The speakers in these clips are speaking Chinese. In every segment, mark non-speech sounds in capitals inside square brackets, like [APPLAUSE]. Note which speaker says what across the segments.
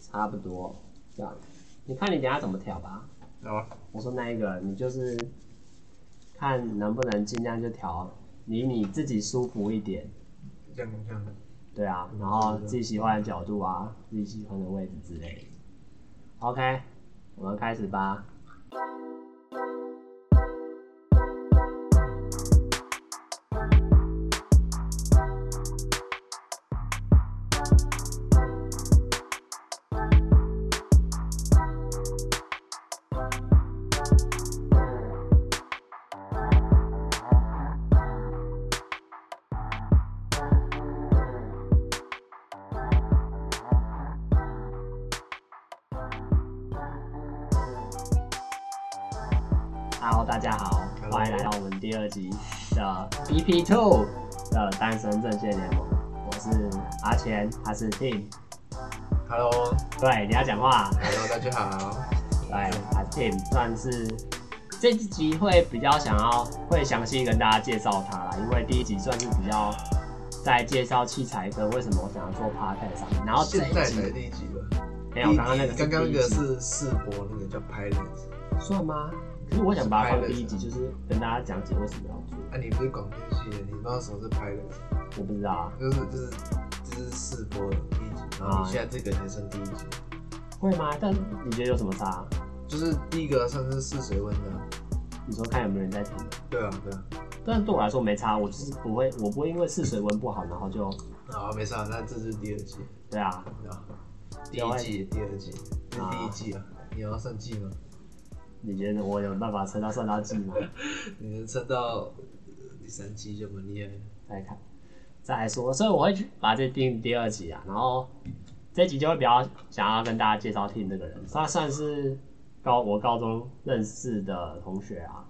Speaker 1: 差不多这样。你看你等一下怎么调吧。
Speaker 2: 好啊，
Speaker 1: 我说那一个，你就是看能不能尽量就调离你自己舒服一点，
Speaker 2: 这样这样。
Speaker 1: 对啊，然后自己喜欢的角度啊，自己喜欢的位置之类的。OK，我们开始吧。Hello，大家好，
Speaker 2: Hello
Speaker 1: 欢迎来到我们第二集的 BP Two 的单身阵线联盟。我是阿钱，他是 Tim。
Speaker 2: Hello，Hello，
Speaker 1: 对，你要讲话。
Speaker 2: 大家好。
Speaker 1: 对，阿 Tim 算是这一集会比较想要会详细跟大家介绍他啦，因为第一集算是比较在介绍器材跟为什么我想要做 Podcast 上面。然后这
Speaker 2: 现在
Speaker 1: 一
Speaker 2: 才
Speaker 1: 集
Speaker 2: 第几了？
Speaker 1: 没有，刚刚那个是
Speaker 2: 刚刚那
Speaker 1: 第一
Speaker 2: 个
Speaker 1: 集
Speaker 2: 是试播那个叫 Pilot，
Speaker 1: 算吗？可是我想把它
Speaker 2: 是
Speaker 1: 放
Speaker 2: pilot
Speaker 1: 第一集，就是跟大家讲解为什么要做。
Speaker 2: 啊，你不是广电系的，你不知道什么是 Pilot，
Speaker 1: 我不知道啊，
Speaker 2: 就是就是就是试播的第一集，然后
Speaker 1: 啊
Speaker 2: 你现在这个才算第一集，
Speaker 1: 会吗？但你觉得有什么差？啊
Speaker 2: 就是第一个算是试水温的啊。
Speaker 1: 你说看有没有人在听？
Speaker 2: 对啊，对啊。
Speaker 1: 但是对我来说没差，我就是不会，我不会因为试水温不好，然后就
Speaker 2: 好，没事啊，那这是第二季，
Speaker 1: 对啊，
Speaker 2: 啊，第一季，第二季，这是第一季啊，你要算季吗？
Speaker 1: 你觉得我有办法撑到算到季吗？
Speaker 2: 你能撑到第三季就蛮厉害了。
Speaker 1: 再看，再来说，所以我会去把这定第二集啊，然后这集就会比较想要跟大家介绍 Tim 这个人，他算是高我高中认识的同学啊，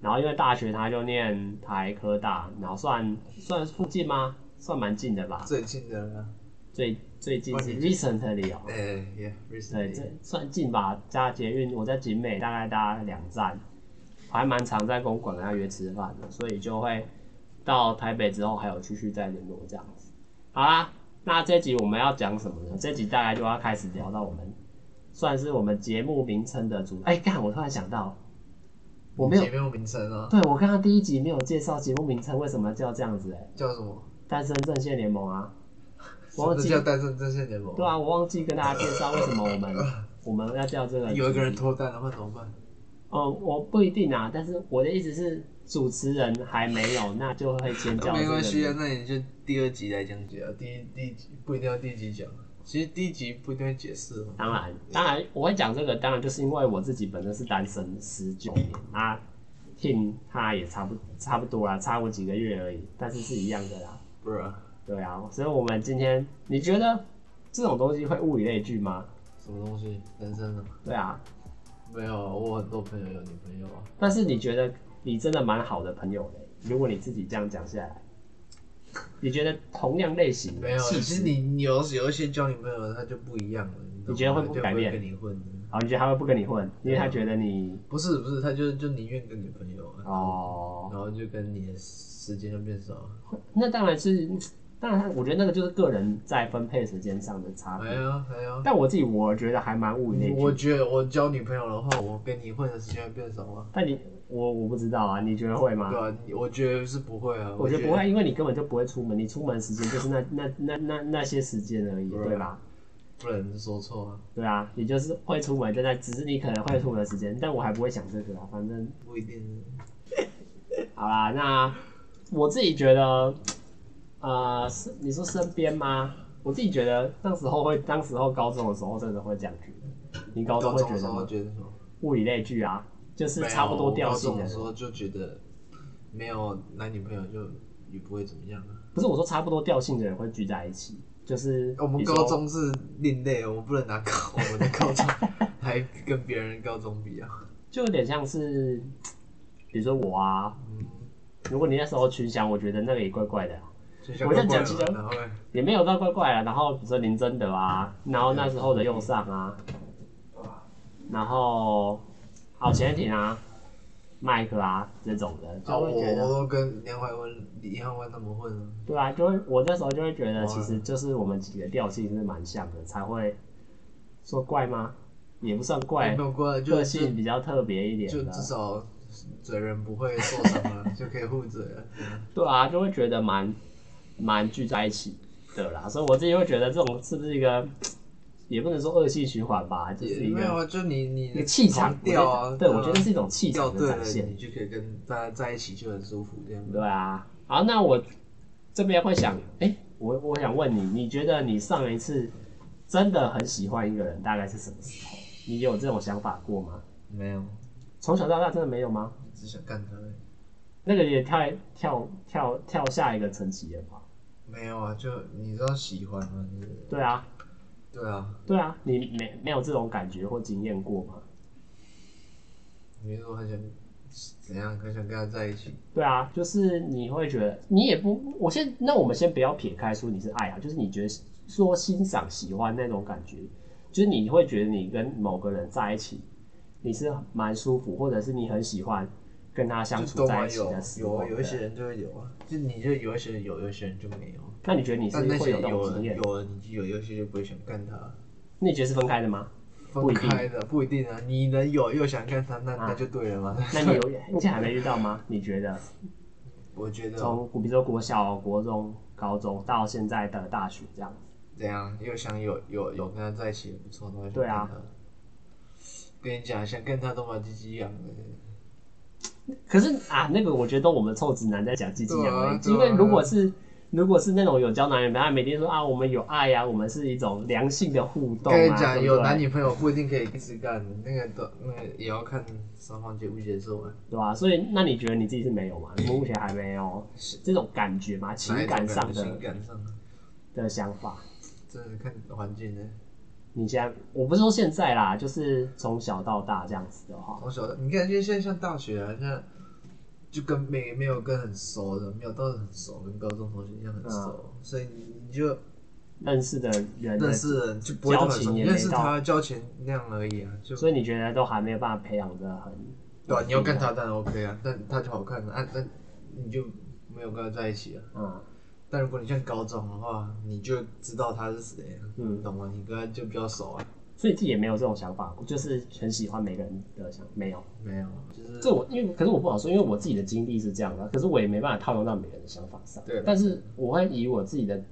Speaker 1: 然后因为大学他就念台科大，然后算算附近吗？算蛮近的吧，
Speaker 2: 最近的，
Speaker 1: 最最近是
Speaker 2: 蛮
Speaker 1: recently 哦，
Speaker 2: 哎、y e a h r e c e
Speaker 1: 对，
Speaker 2: n t
Speaker 1: 这
Speaker 2: l y
Speaker 1: 算近吧，加捷运我在景美大概搭两站，还蛮常在公馆跟他约吃饭的，所以就会到台北之后还有继续再联络这样子。好啦，那这集我们要讲什么呢？这集大概就要开始聊到我们算是我们节目名称的主。哎、干！我突然想到，我没有
Speaker 2: 节目名称啊，
Speaker 1: 对我刚刚第一集没有介绍节目名称为什么叫这样子哎、
Speaker 2: 叫什么？
Speaker 1: 单身阵线联盟啊，我忘
Speaker 2: 这
Speaker 1: 记
Speaker 2: 叫单身阵线联盟。
Speaker 1: 对啊，我忘记跟大家介绍为什么我
Speaker 2: [LAUGHS]
Speaker 1: 们我们要叫这个。
Speaker 2: 有一个人脱单了，那怎么办？
Speaker 1: 哦，我不一定啊，但是我的意思是，主持人还没有，那就会先叫这
Speaker 2: 没关系啊
Speaker 1: 个，名。
Speaker 2: 那你就第二集来讲解啊。第一第一集不一定要第一集讲，啊其实第一集不一定会解释嘛。
Speaker 1: 当然，当然，我会讲这个，当然就是因为我自己本身是单身十九年，那 Tim 他也差不差不多啦，啊差我几个月而已，但是是一样的啦。
Speaker 2: 不是啊，
Speaker 1: 对啊，所以我们今天，你觉得这种东西会物以类聚吗？
Speaker 2: 什么东西？单身啊？
Speaker 1: 对啊，
Speaker 2: 没有啊，我很多朋友有女朋友啊。
Speaker 1: 但是你觉得你真的蛮好的朋友嘞？如果你自己这样讲下来，你觉得同样类型的
Speaker 2: 没有，啊
Speaker 1: 气
Speaker 2: 其
Speaker 1: 质
Speaker 2: 实你有有一些交女朋友，他就不一样了。你懂吗
Speaker 1: 你觉得会不会
Speaker 2: 他就
Speaker 1: 改变
Speaker 2: 跟你混的？
Speaker 1: 哦，你觉得他会不跟你混，因为他觉得你
Speaker 2: 不是不是，他就就宁愿跟女朋友啊，
Speaker 1: 哦，
Speaker 2: 然后就跟你的时间就变少啊了。
Speaker 1: 那当然是，嗯当然他，我觉得那个就是个人在分配时间上的差
Speaker 2: 还
Speaker 1: 别。
Speaker 2: 有还有，
Speaker 1: 但我自己我觉得还蛮物以类
Speaker 2: 我
Speaker 1: 聚。
Speaker 2: 觉得我交女朋友的话，我跟你混的时间会变少吗？
Speaker 1: 但你我我不知道啊，你觉得会吗
Speaker 2: 对？啊，你我觉得是不会啊，
Speaker 1: 我觉
Speaker 2: 觉
Speaker 1: 得不会，因为你根本就不会出门，你出门时间就是那那那那那些时间而已，
Speaker 2: 对啊
Speaker 1: 对吧？
Speaker 2: 不能说错啊，
Speaker 1: 对啊，你就是会出门，就在只是你可能会出门的时间，但我还不会想这个啊，反正
Speaker 2: 不一定。
Speaker 1: 好啦，那我自己觉得，呃，是你说身边吗？我自己觉得那时候会，当时候高中的时候真的会这样觉得。你高中
Speaker 2: 高
Speaker 1: 会
Speaker 2: 中
Speaker 1: 觉
Speaker 2: 的时
Speaker 1: 得
Speaker 2: 候
Speaker 1: 吗？
Speaker 2: 觉得什么？
Speaker 1: 物以类聚啊，就是差不多调性的
Speaker 2: 没有我高中的
Speaker 1: 人
Speaker 2: 时。候就觉得没有男女朋友就也不会怎么样啊。
Speaker 1: 不是我说差不多调性的人会聚在一起，就是
Speaker 2: 我们
Speaker 1: 比如
Speaker 2: 高
Speaker 1: 说
Speaker 2: 中是另类，我们不能拿高我们的高中来跟别人高中比
Speaker 1: [LAUGHS]
Speaker 2: 啊。
Speaker 1: 就有点像是，比如说我啊，
Speaker 2: 嗯，
Speaker 1: 如果你那时候群享，我觉得那个也怪怪的啊、
Speaker 2: 学校
Speaker 1: 我在
Speaker 2: 怪怪
Speaker 1: 讲
Speaker 2: 的
Speaker 1: 其
Speaker 2: 嘛
Speaker 1: 中
Speaker 2: 然后嘞
Speaker 1: 也没有到怪怪啊。然后比如说林真德啊，然后那时候的右上啊，然后好潜艇啊，麦克啊这种的，
Speaker 2: 啊，
Speaker 1: 就会
Speaker 2: 我
Speaker 1: 觉
Speaker 2: 我
Speaker 1: 得，
Speaker 2: 都跟梁怀文、李汉文他们混啊。
Speaker 1: 对啊，就会我那时候就会觉得，
Speaker 2: 哇
Speaker 1: 其实就是我们几个调性是蛮像的，才会说怪吗？也不算
Speaker 2: 也
Speaker 1: 怪
Speaker 2: 没，有关，就
Speaker 1: 个
Speaker 2: 是
Speaker 1: 性比较特别一点
Speaker 2: 就
Speaker 1: 的
Speaker 2: 至，少嘴人不会受伤
Speaker 1: [LAUGHS]
Speaker 2: 了，就可以护嘴了。
Speaker 1: 对啊，就会觉得蛮蛮聚在一起的啦，所以我自己会觉得这种是不是一个，也不能说恶性循环吧，就
Speaker 2: 也
Speaker 1: 是一
Speaker 2: 没有
Speaker 1: 个
Speaker 2: 啊，就你你
Speaker 1: 一个气场
Speaker 2: 同调啊，
Speaker 1: 对，我
Speaker 2: 啊
Speaker 1: 觉得是一种气
Speaker 2: 调
Speaker 1: 场
Speaker 2: 对
Speaker 1: 的展
Speaker 2: 了，
Speaker 1: 现。
Speaker 2: 你就可以跟大家在一起就很舒服这样。
Speaker 1: 对啊，好，那我这边会想，哎、我我想问你，你觉得你上一次真的很喜欢一个人，大概是什么时候？你有这种想法过吗？
Speaker 2: 没有，
Speaker 1: 从小到大真的没有吗？
Speaker 2: 只想干他而已。
Speaker 1: 那个也太跳跳跳下一个层级了吧？
Speaker 2: 没有啊，就你知道喜欢吗？就是
Speaker 1: 对啊，
Speaker 2: 对啊，
Speaker 1: 对啊，你没没有这种感觉或经验过吗？
Speaker 2: 你是说很想怎样，很想跟他在一起？
Speaker 1: 对啊，就是你会觉得你也不，我先那我们先不要撇开说你是爱啊，就是你觉得说欣赏、喜欢那种感觉，就是你会觉得你跟某个人在一起，你是蛮舒服，或者是你很喜欢跟他相
Speaker 2: 就
Speaker 1: 处
Speaker 2: 都
Speaker 1: 在
Speaker 2: 嘛
Speaker 1: 一起
Speaker 2: 有
Speaker 1: 的时
Speaker 2: 有
Speaker 1: 候。
Speaker 2: 啊有一些
Speaker 1: 对，
Speaker 2: 人就会有啊，就你就有一些人有，有一些人就没有。
Speaker 1: 那你觉得你是
Speaker 2: 但那
Speaker 1: 会
Speaker 2: 些
Speaker 1: 有这种
Speaker 2: 有
Speaker 1: 经
Speaker 2: 人
Speaker 1: 验？
Speaker 2: 有了，你就有，有一些就不会想干他。啊
Speaker 1: 那你觉得是分开的吗？不
Speaker 2: 分
Speaker 1: 一定
Speaker 2: 开的不一定啊，你能有又想干他，那
Speaker 1: 啊
Speaker 2: 那就对了嘛。
Speaker 1: 那你有目前还没遇到吗？你觉得
Speaker 2: 我觉得
Speaker 1: 从比如说国小、国中、高中到现在的大学这样，
Speaker 2: 怎样又想有有有跟他在一起也不错，那我想
Speaker 1: 对啊
Speaker 2: 跟他。跟你讲，想跟他都把鸡鸡养的。
Speaker 1: 可是啊，那个我觉得都我们臭直男在讲鸡鸡
Speaker 2: 对
Speaker 1: 养
Speaker 2: 啊，对啊
Speaker 1: 因为如果是如果是那种有交男女朋友，他每天说啊我们有爱呀、我们是一种良性的互动
Speaker 2: 跟
Speaker 1: 啊，
Speaker 2: 你讲，
Speaker 1: 对
Speaker 2: 有
Speaker 1: 不
Speaker 2: 男
Speaker 1: 对？
Speaker 2: 女朋友不一定可以一直干，那个都那个也要看双方接不接受啊。
Speaker 1: 对吧、所以那你觉得你自己是没有吗？你目前还没有这种感觉吗？情感上
Speaker 2: 哪一种
Speaker 1: 的
Speaker 2: 情感上的，
Speaker 1: 的想法？
Speaker 2: 真的看环境呢。
Speaker 1: 你现在我不是说现在啦，就是从小到大这样子的话，
Speaker 2: 我晓得，你看现在现在像大学啊，现在就跟没没有跟很熟的，没有到很熟，跟高中同学一样很熟，
Speaker 1: 嗯
Speaker 2: 所以你你就
Speaker 1: 认识的人的
Speaker 2: 认，识人就不会到很熟，你认识他交情那样而已啊，就
Speaker 1: 所以你觉得都还没有办法培养的很
Speaker 2: 对啊，你要跟他当然 OK 啊，但他就好看了，啊，那你就没有跟他在一起啊。
Speaker 1: 嗯
Speaker 2: 但如果你像高中的话，你就知道他是谁啊，
Speaker 1: 嗯
Speaker 2: 你，懂吗？你跟他就比较熟啊。
Speaker 1: 所以自己也没有这种想法，就是很喜欢每个人的想没有。
Speaker 2: 没有，啊就是
Speaker 1: 这我因为可是我不好说，因为我自己的经历是这样的，啊可是我也没办法套用到每个人的想法上。
Speaker 2: 对
Speaker 1: 但是我会以我自己的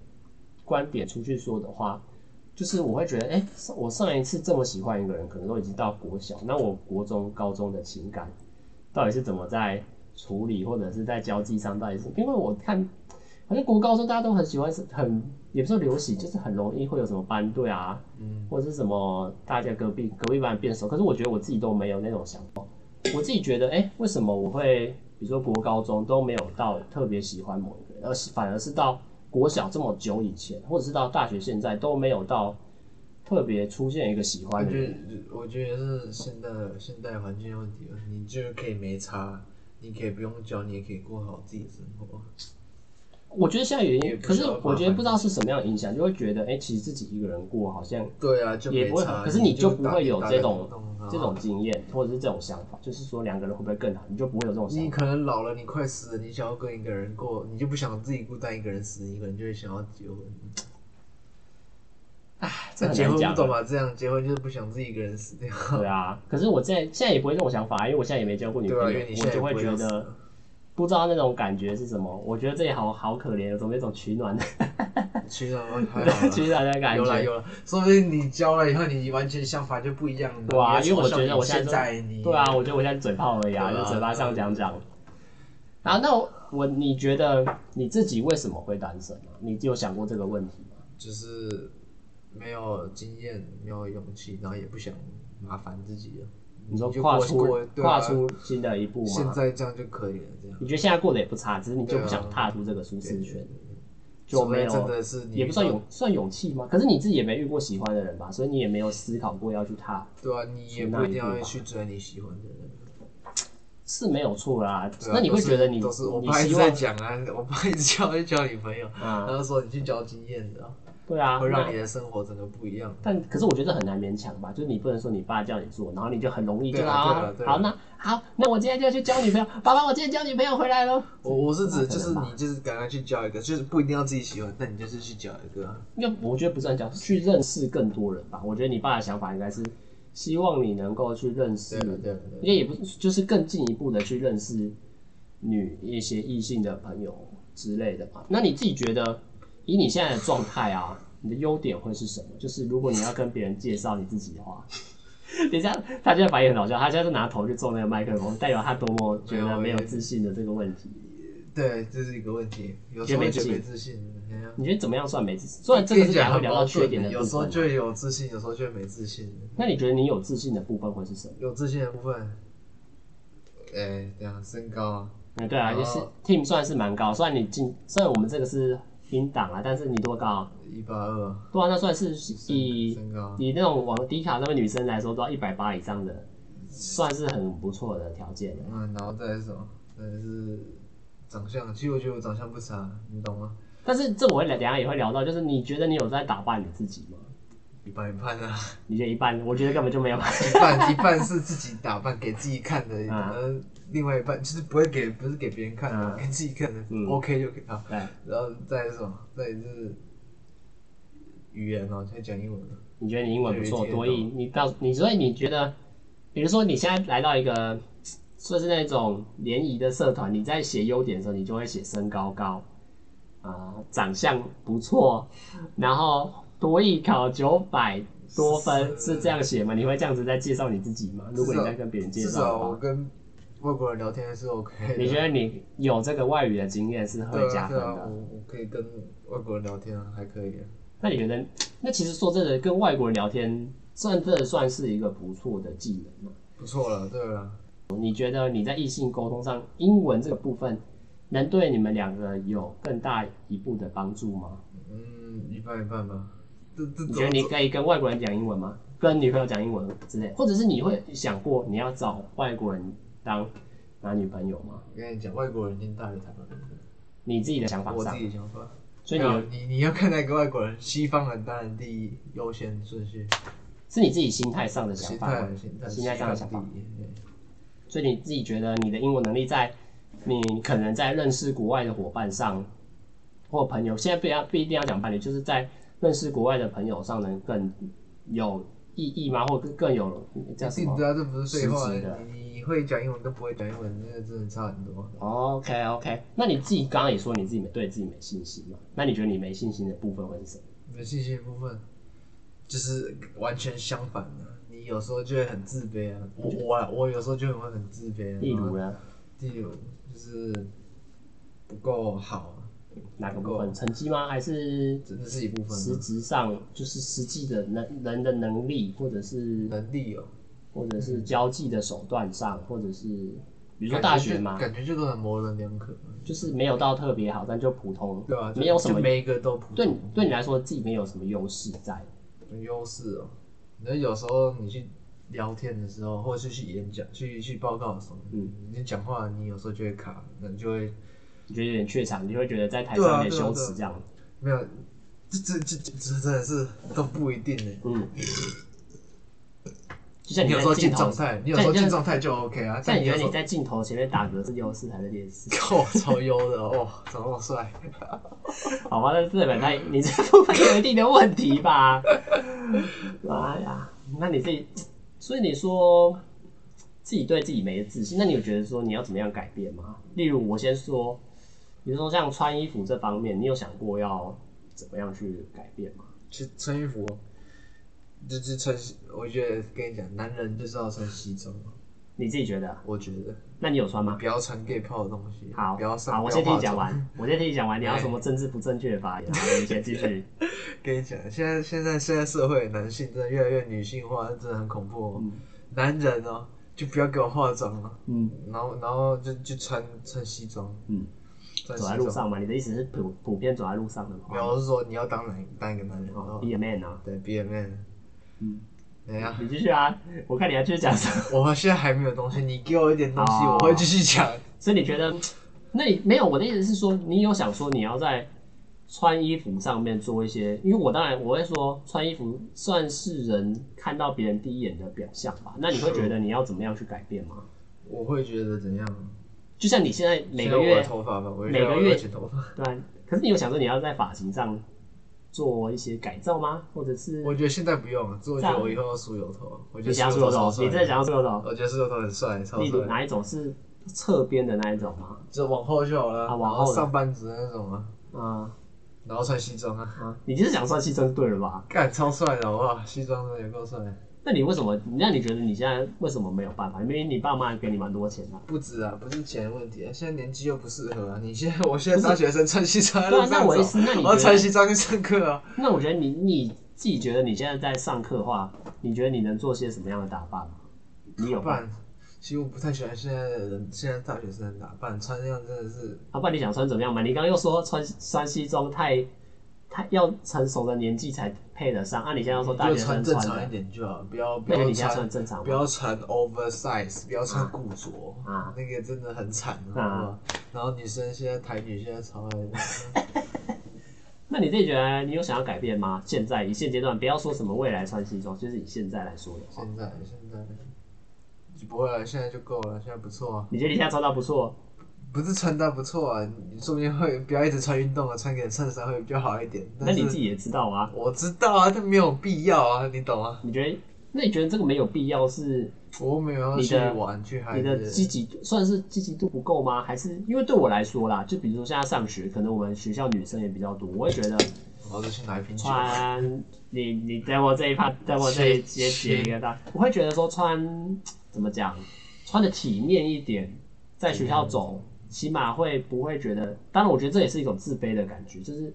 Speaker 1: 观点出去说的话，就是我会觉得，哎、上我上一次这么喜欢一个人，可能都已经到国小，那我国中、高中的情感到底是怎么在处理，或者是在交际上，到底是因为我看。好像国高中大家都很喜欢，是很也不是说流行，就是很容易会有什么班队啊，
Speaker 2: 嗯，
Speaker 1: 或者是什么大家隔壁隔壁班变熟，可是我觉得我自己都没有那种想法。我自己觉得，哎、为什么我会，比如说国高中都没有到特别喜欢某一个人，而是反而是到国小这么久以前，或者是到大学现在都没有到特别出现一个喜
Speaker 2: 我
Speaker 1: 欢的
Speaker 2: 觉
Speaker 1: 人。
Speaker 2: 得我觉得是现代现代环境问题吧，啊你就是可以没差，你可以不用教，你也可以过好自己的生活。
Speaker 1: 我觉得现在原
Speaker 2: 也
Speaker 1: 因，
Speaker 2: 不
Speaker 1: 可是
Speaker 2: 需要麻烦
Speaker 1: 我觉得不知道是什么样的影响，就会觉得，哎、其实自己一个人过好像
Speaker 2: 对啊，就
Speaker 1: 也
Speaker 2: 没
Speaker 1: 不会
Speaker 2: 差。
Speaker 1: 很，可是你就
Speaker 2: 就
Speaker 1: 不会有
Speaker 2: 打
Speaker 1: 这种
Speaker 2: 打电动啊
Speaker 1: 这种经验，或者是这种想法，就是说两个人会不会更好，你就不会有这种想
Speaker 2: 你
Speaker 1: 法。
Speaker 2: 可能老了，你快死了，你想要跟一个人过，你就不想自己孤单一个人死，你可能就会想要结婚。
Speaker 1: 这很
Speaker 2: 结
Speaker 1: 难
Speaker 2: 婚
Speaker 1: 讲
Speaker 2: 不
Speaker 1: 啊
Speaker 2: 懂吧？这样结婚就是不想自己一个人死掉。
Speaker 1: 对啊，可是我现在现在也不会这种想法，因为我现在也没交过女朋
Speaker 2: 对
Speaker 1: 友，
Speaker 2: 啊，因为你
Speaker 1: 我
Speaker 2: 现在也
Speaker 1: 就
Speaker 2: 不
Speaker 1: 会
Speaker 2: 会
Speaker 1: 觉
Speaker 2: 想死
Speaker 1: 得
Speaker 2: 了
Speaker 1: 不知道那种感觉是什么。我觉得这也好好可怜，有种那种取暖的
Speaker 2: 其实还好
Speaker 1: [LAUGHS]
Speaker 2: 啦
Speaker 1: 取暖的感
Speaker 2: 啊有啦
Speaker 1: 觉。
Speaker 2: 有啦，说不定你交了以后，你完全想法就不一样了。
Speaker 1: 对啊
Speaker 2: 你
Speaker 1: 因为我
Speaker 2: 朝向
Speaker 1: 觉得我
Speaker 2: 你
Speaker 1: 现
Speaker 2: 现
Speaker 1: 在
Speaker 2: 在你
Speaker 1: 对啊，我觉得我现在嘴炮而已啊，
Speaker 2: 对啊
Speaker 1: 就嘴巴上讲讲。然后那我我你觉得你自己为什么会单身啊？你有想过这个问题吗？
Speaker 2: 就是没有经验，没有勇气，然后也不想麻烦自己了。
Speaker 1: 你说
Speaker 2: 就
Speaker 1: 跨
Speaker 2: 过
Speaker 1: 出
Speaker 2: 过对
Speaker 1: 跨
Speaker 2: 啊
Speaker 1: 出新的一步
Speaker 2: 现
Speaker 1: 吗？
Speaker 2: 在这样就可以了，这样
Speaker 1: 你觉得现在过得也不差，只是你就不
Speaker 2: 对啊
Speaker 1: 想踏出这个舒适圈，就
Speaker 2: 除
Speaker 1: 没
Speaker 2: 非
Speaker 1: 有
Speaker 2: 真的是你
Speaker 1: 也不算
Speaker 2: 遇到
Speaker 1: 勇，算勇气吗？可是你自己也没遇过喜欢的人吧，所以你也没有思考过要去踏，
Speaker 2: 对啊，你也
Speaker 1: 是那
Speaker 2: 不
Speaker 1: 一
Speaker 2: 一定
Speaker 1: 步
Speaker 2: 要
Speaker 1: 吧
Speaker 2: 去追你喜欢的人。
Speaker 1: 是没有错啦。
Speaker 2: 对啊
Speaker 1: 那你会
Speaker 2: 都是
Speaker 1: 觉得你
Speaker 2: 都是我
Speaker 1: 你
Speaker 2: 爸
Speaker 1: 希
Speaker 2: 一直在
Speaker 1: 望
Speaker 2: 讲啊，我爸一直叫我去交女朋友，
Speaker 1: 啊
Speaker 2: 然后说你去交经验的啊，
Speaker 1: 对啊，
Speaker 2: 会让
Speaker 1: 那
Speaker 2: 你的生活整个不一样。
Speaker 1: 但可是我觉得很难勉强吧，就是你不能说你爸叫你做，然后你就很容易就
Speaker 2: 对啊
Speaker 1: 好
Speaker 2: 对啊对啊
Speaker 1: 好那好，那我今天就去交女朋友，爸爸，我今天交女朋友回来喽。
Speaker 2: 我我是指就是
Speaker 1: 那可能吧
Speaker 2: 你就是赶快去交一个，就是不一定要自己喜欢，但你就是去交一个啊。
Speaker 1: 因为我觉得不是很讲，去认识更多人吧。我觉得你爸的想法应该是希望你能够去认识
Speaker 2: 对，啊了对了
Speaker 1: 因
Speaker 2: 对了，
Speaker 1: 为也不是就是更进一步的去认识女一些异性的朋友之类的吧。那你自己觉得，以你现在的状态啊，你的优点会是什么？就是如果你要跟别人介绍你自己的话，等一下他现在反应很好笑，他现在是拿头去撞那个麦克风，代表他多么觉得没有自信的这个问题。
Speaker 2: 对，啊这是一个问题。有
Speaker 1: 觉
Speaker 2: 时
Speaker 1: 得
Speaker 2: 候
Speaker 1: 没
Speaker 2: 会觉得
Speaker 1: 自
Speaker 2: 没
Speaker 1: 信
Speaker 2: 自信，哎呀
Speaker 1: 你觉得怎么样算没自信？虽然这个是等一
Speaker 2: 听起来
Speaker 1: 下会
Speaker 2: 很
Speaker 1: 聊
Speaker 2: 矛
Speaker 1: 到缺
Speaker 2: 盾
Speaker 1: 点的
Speaker 2: 的，
Speaker 1: 部分啊，
Speaker 2: 有时候就会有自信，有时候就会没自信。
Speaker 1: 那你觉得你有自信的部分会是什么？
Speaker 2: 有自信的部分，哎、对啊，身高啊，
Speaker 1: 嗯，对啊，
Speaker 2: 哦
Speaker 1: 就是 team 算是蛮高，虽然你进，虽然我们这个是英档啊，但是你多高？
Speaker 2: 一八二，
Speaker 1: 对啊，那算是以
Speaker 2: 身高啊，
Speaker 1: 以那种往低卡上面女生来说，都要一百八以上的，算是很不错的条件了。啊
Speaker 2: 嗯，然后再来是什么？再来是长相，其实我觉得我长相不差，你懂吗？
Speaker 1: 但是这我会聊，等一下也会聊到，就是你觉得你有在打扮你自己吗？
Speaker 2: 一半一半啊，
Speaker 1: 你觉得一般？我觉得根本就没有。
Speaker 2: 一半一半是自己打扮给自己看的，
Speaker 1: 啊
Speaker 2: 呃，另外一半就是不会给，不是给别人看的，
Speaker 1: 啊
Speaker 2: 给自己看的、
Speaker 1: 嗯
Speaker 2: o k 就可以啊。
Speaker 1: 对，
Speaker 2: 然后再来是什么？再来是语言哦，现在讲英文了，
Speaker 1: 你觉得你英文不错，
Speaker 2: 对
Speaker 1: 多益，你到你所以你觉得，比如说你现在来到一个算是那种联谊的社团，你在写优点的时候，你就会写身高高，啊、长相不错，然后多益考九百多分
Speaker 2: 是
Speaker 1: 是这样写吗？你会这样子在介绍你自己吗？如果你在跟别人介
Speaker 2: 至
Speaker 1: 绍的
Speaker 2: 少我
Speaker 1: 话，
Speaker 2: 跟外国人聊天是 OK 的。
Speaker 1: 你觉得你有这个外语的经验是会
Speaker 2: 对
Speaker 1: 加
Speaker 2: 啊，
Speaker 1: 分
Speaker 2: 对
Speaker 1: 的。
Speaker 2: 啊，我我可以跟外国人聊天啊，还可以、啊。
Speaker 1: 那你觉得，那其实说真的，跟外国人聊天，算这算是一个不错的技能吗？
Speaker 2: 不错了，对啊了，
Speaker 1: 你觉得你在异性沟通上，英文这个部分能对你们两个有更大一步的帮助吗？
Speaker 2: 嗯，一半一半吧。这这
Speaker 1: 你
Speaker 2: 怎
Speaker 1: 觉得
Speaker 2: 么
Speaker 1: 你可以跟外国人讲英文吗？跟女朋友讲英文之类，或者是你会想过你要找外国人当男女朋友吗？
Speaker 2: 我跟你讲，外国人先大于台湾人，
Speaker 1: 你自己的想法
Speaker 2: 我
Speaker 1: 上
Speaker 2: 自，己想法。
Speaker 1: 所以
Speaker 2: 没有
Speaker 1: 你
Speaker 2: 你你要看那个外国人，西方人当然第一优先顺序，
Speaker 1: 是你自己心态上的想
Speaker 2: 心
Speaker 1: 法吗
Speaker 2: 态心态
Speaker 1: 心态上的想法
Speaker 2: 第一。对
Speaker 1: 所以你自己觉得你的英文能力在你可能在认识国外的伙伴上或朋友，现在不要不一定要讲伴侣，就是在认识国外的朋友上能更有意义吗？或者更有叫什
Speaker 2: 一定
Speaker 1: 么
Speaker 2: 的啊，这不是废话
Speaker 1: 实际的。
Speaker 2: 你你会讲英文跟不会讲英文，那个真的差很多。
Speaker 1: ？OK OK，那哦你自己刚刚也说你自己没对自己没信心嘛？那你觉得你没信心的部分会是什么？
Speaker 2: 没信心的部分，就是完全相反的、你有时候就会很自卑啊，我我啊我有时候就会很自卑、啊。
Speaker 1: 例如呢，
Speaker 2: 第五就是不够好啊，
Speaker 1: 哪个部分？成绩吗？还是
Speaker 2: 真的是一部分
Speaker 1: 实
Speaker 2: 啊
Speaker 1: 质上就是实际的能人的能力，或者是
Speaker 2: 能力哦。
Speaker 1: 或者是交际的手段上，或者是比
Speaker 2: 比
Speaker 1: 如说大学嘛，
Speaker 2: 感觉就都很模棱两可啊，
Speaker 1: 就是没有到特别好，但就普通，
Speaker 2: 对吧、啊？就
Speaker 1: 没有什么
Speaker 2: 就每一个都普
Speaker 1: 对
Speaker 2: 通
Speaker 1: 你对你来说自己没有什么优势在，
Speaker 2: 有优势哦。那有时候你去聊天的时候，或者是去演讲、去去报告的时候，
Speaker 1: 嗯，
Speaker 2: 你讲话你有时候就会卡，那你就会
Speaker 1: 你觉得有点怯场，你会觉得在台
Speaker 2: 对
Speaker 1: 上
Speaker 2: 啊
Speaker 1: 有点
Speaker 2: 对啊
Speaker 1: 羞
Speaker 2: 对啊
Speaker 1: 耻这样。
Speaker 2: 没有，这这这这这真的是都不一定呢。
Speaker 1: 嗯，就像
Speaker 2: 你
Speaker 1: 你
Speaker 2: 有
Speaker 1: 在
Speaker 2: 时候
Speaker 1: 镜
Speaker 2: 进
Speaker 1: 头
Speaker 2: 状
Speaker 1: 前，
Speaker 2: 态，你有时候
Speaker 1: 像
Speaker 2: 进状态就 OK 啊。
Speaker 1: 像你觉
Speaker 2: 有
Speaker 1: 得你
Speaker 2: 时 [LAUGHS] 候
Speaker 1: 在镜头前面打嗝是优势还是劣势？
Speaker 2: 靠超优的哦，怎么那么帅？
Speaker 1: 好吧，那日本那你 [LAUGHS] 这部分有一定的问题吧？ [LAUGHS] 妈呀，那你自己，所以你说自己对自己没自信，那你有觉得说你要怎么样改变吗？例如我先说，比如说像穿衣服这方面，你有想过要怎么样去改变吗？
Speaker 2: 去穿衣服哦，就是穿西，我觉得跟你讲，男人就是要穿西装，
Speaker 1: 你自己觉得啊？
Speaker 2: 我觉得
Speaker 1: 那你有穿吗？
Speaker 2: 不要穿 gay 泡的东西，
Speaker 1: 好，
Speaker 2: 不要上，
Speaker 1: 好，我
Speaker 2: 不要
Speaker 1: 先听你
Speaker 2: 化
Speaker 1: 讲
Speaker 2: 妆。哎
Speaker 1: 完，我先听你讲完，你要什么政治不正确的
Speaker 2: [LAUGHS]
Speaker 1: 发言？好你先继续。
Speaker 2: 跟你讲，现在现在现在社会男性真的越来越女性化，真的很恐怖、哦。男人哦，就不要给我化妆了，
Speaker 1: 嗯
Speaker 2: 然后然后就就穿穿西装，
Speaker 1: 嗯，
Speaker 2: 穿西
Speaker 1: 走在
Speaker 2: 装。
Speaker 1: 路上嘛，你的意思是普普遍走在路上的
Speaker 2: 没有，
Speaker 1: 吗？
Speaker 2: 我是说你要当男当一个男人，然后
Speaker 1: be a man 啊。
Speaker 2: 对 be a man。
Speaker 1: 嗯，
Speaker 2: 怎样？
Speaker 1: 你继续啊，我看你要继续讲什么。 [LAUGHS]
Speaker 2: 我现在还没有东西，你给我一点东西，
Speaker 1: 哦
Speaker 2: 我会继续讲。
Speaker 1: 所以你觉得，那你没有我的意思是说，你有想说你要在穿衣服上面做一些，因为我当然我会说穿衣服算是人看到别人第一眼的表象吧。那你会觉得你要怎么样去改变吗？
Speaker 2: 我会觉得怎样？
Speaker 1: 就像你现在每个
Speaker 2: 现在我
Speaker 1: 月
Speaker 2: 的头发吧，我会
Speaker 1: 每个
Speaker 2: 觉啊得我
Speaker 1: 月
Speaker 2: 要剪头发。
Speaker 1: 对啊，可是你有想说你要在发型上做一些改造吗？或者是
Speaker 2: 我觉得现在不用，这我觉
Speaker 1: 这
Speaker 2: 得
Speaker 1: 样
Speaker 2: 我以后要梳油头。我
Speaker 1: 你
Speaker 2: 觉得
Speaker 1: 想要
Speaker 2: 梳
Speaker 1: 梳油
Speaker 2: 超
Speaker 1: 头？
Speaker 2: 帅
Speaker 1: 你真的想要梳油头？
Speaker 2: 我觉得梳油头很帅，超
Speaker 1: 例如
Speaker 2: 帅。
Speaker 1: 哪一种是侧边的那一种吗？
Speaker 2: 就往后就好了，
Speaker 1: 啊往后
Speaker 2: 然
Speaker 1: 的
Speaker 2: 上班族的那种啊，
Speaker 1: 啊、
Speaker 2: 然后穿西装啊，
Speaker 1: 啊，你就是想穿西装就对了吧？
Speaker 2: 干超帅的好不好？西装真的有够帅，
Speaker 1: 那你为什么？那你觉得你现在为什么没有办法？因为你爸妈给你蛮多钱的、
Speaker 2: 不止啊，不是钱的问题啊，现在年纪又不适合啊。你现在我现在大学生穿西装在
Speaker 1: 对
Speaker 2: 路
Speaker 1: 啊，那
Speaker 2: 上
Speaker 1: 我意
Speaker 2: 走，
Speaker 1: 思，那你
Speaker 2: [LAUGHS] 我要
Speaker 1: 觉
Speaker 2: 穿
Speaker 1: 得，
Speaker 2: 西装去上课啊。
Speaker 1: 那我觉得你你自己觉得你现在在上课的话，你觉得你能做些什么样的打扮吗？你有
Speaker 2: 打扮，其实我不太喜欢现在的人，现在大学生的打扮穿那样真的是
Speaker 1: 啊，不然你想穿怎么样嘛？你刚刚又说穿穿西装太太要成熟的年纪才配得上，啊，你现在又说大
Speaker 2: 就
Speaker 1: 学生
Speaker 2: 正
Speaker 1: 穿
Speaker 2: 常一
Speaker 1: 的，
Speaker 2: 点就好，不要不
Speaker 1: 那个
Speaker 2: 要
Speaker 1: 你现在穿
Speaker 2: 穿
Speaker 1: 的正常
Speaker 2: 不
Speaker 1: 吗？
Speaker 2: 要穿 oversize，不要穿古着，
Speaker 1: 啊
Speaker 2: 那个真的很惨，好不
Speaker 1: 啊
Speaker 2: 好？然后女生现在台女现在超爱的，
Speaker 1: 那你自己觉得你有想要改变吗？现在以现阶段，不要说什么未来穿西装，就是以现在来说的话，
Speaker 2: 现在现在就不会了，现在就够了，现在不错啊，
Speaker 1: 你觉得你现在穿搭不错，
Speaker 2: 不是穿搭不错啊，你说不定会不要一直穿运动啊，穿个衬衫会比较好一点。
Speaker 1: 那
Speaker 2: 但
Speaker 1: 你自
Speaker 2: 是
Speaker 1: 己也知道啊。
Speaker 2: 我知道啊，但没有必要啊，你懂吗？
Speaker 1: 你觉得，那你觉得这个没有必要是
Speaker 2: 我又没有要
Speaker 1: 你
Speaker 2: 去
Speaker 1: 的
Speaker 2: 玩去嗨
Speaker 1: 你的
Speaker 2: 之类
Speaker 1: 积极算是积极度不够吗？还是因为对我来说啦，就比如说现在上学，可能我们学校女生也比较多，我会觉得
Speaker 2: 然后就去拿一瓶酒。
Speaker 1: 穿你你等我这一 [LAUGHS] 趴，等我这一节
Speaker 2: 切
Speaker 1: 截一个大，我会觉得说穿怎么讲，穿的体面一点，在学校走，起码会不会觉得，当然我觉得这也是一种自卑的感觉，就是。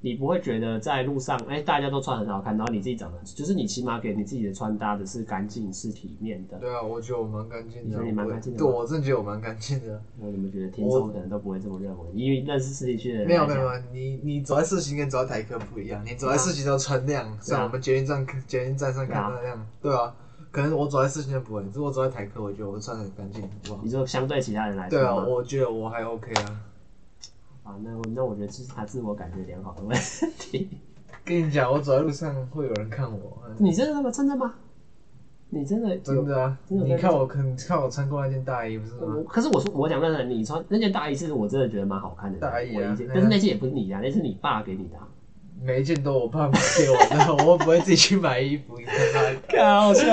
Speaker 1: 你不会觉得在路上，哎、大家都穿很好看，然后你自己长得，就是你起码给你自己的穿搭的是干净、是体面的，
Speaker 2: 对啊，我觉得我蛮干净
Speaker 1: 你
Speaker 2: 的，啊
Speaker 1: 觉得你蛮干净的
Speaker 2: 对
Speaker 1: 吗
Speaker 2: 我真的觉得我蛮干净的。啊
Speaker 1: 那你们觉得听众可能都不会这么认为，因为认识市区的人
Speaker 2: 没有
Speaker 1: 来
Speaker 2: 没有，
Speaker 1: 讲
Speaker 2: 没有你你走在市区跟走在台客不一样，你走在市区都穿那样，像我们捷运站捷运站上看到那样，啊对啊。可能我走在市区就不会，只是我走在台客，我觉得我穿的很干净，好不好？
Speaker 1: 你说相对其他人来说
Speaker 2: 对啊，
Speaker 1: 嘛，
Speaker 2: 我觉得我还 OK 啊。
Speaker 1: 啊，那我那我觉得这是他自我感觉良好的问题。
Speaker 2: 跟你讲，我走在路上会有人看我，嗯
Speaker 1: 你真的吗？真的吗？你真的有
Speaker 2: 真？的啊！
Speaker 1: 真的
Speaker 2: 你
Speaker 1: 在
Speaker 2: 看我，肯看我穿过那件大衣不是吗？
Speaker 1: 我呃可是我说我讲认真的，你穿那件大衣是我真的觉得蛮好看的
Speaker 2: 大衣啊
Speaker 1: 我理解
Speaker 2: 嗯
Speaker 1: 但是那件也不是你的、啊，那是你爸给你的、啊。
Speaker 2: 每一件都我爸买给我的， [LAUGHS] 我又不会自己去买衣服，你看他。
Speaker 1: 搞笑。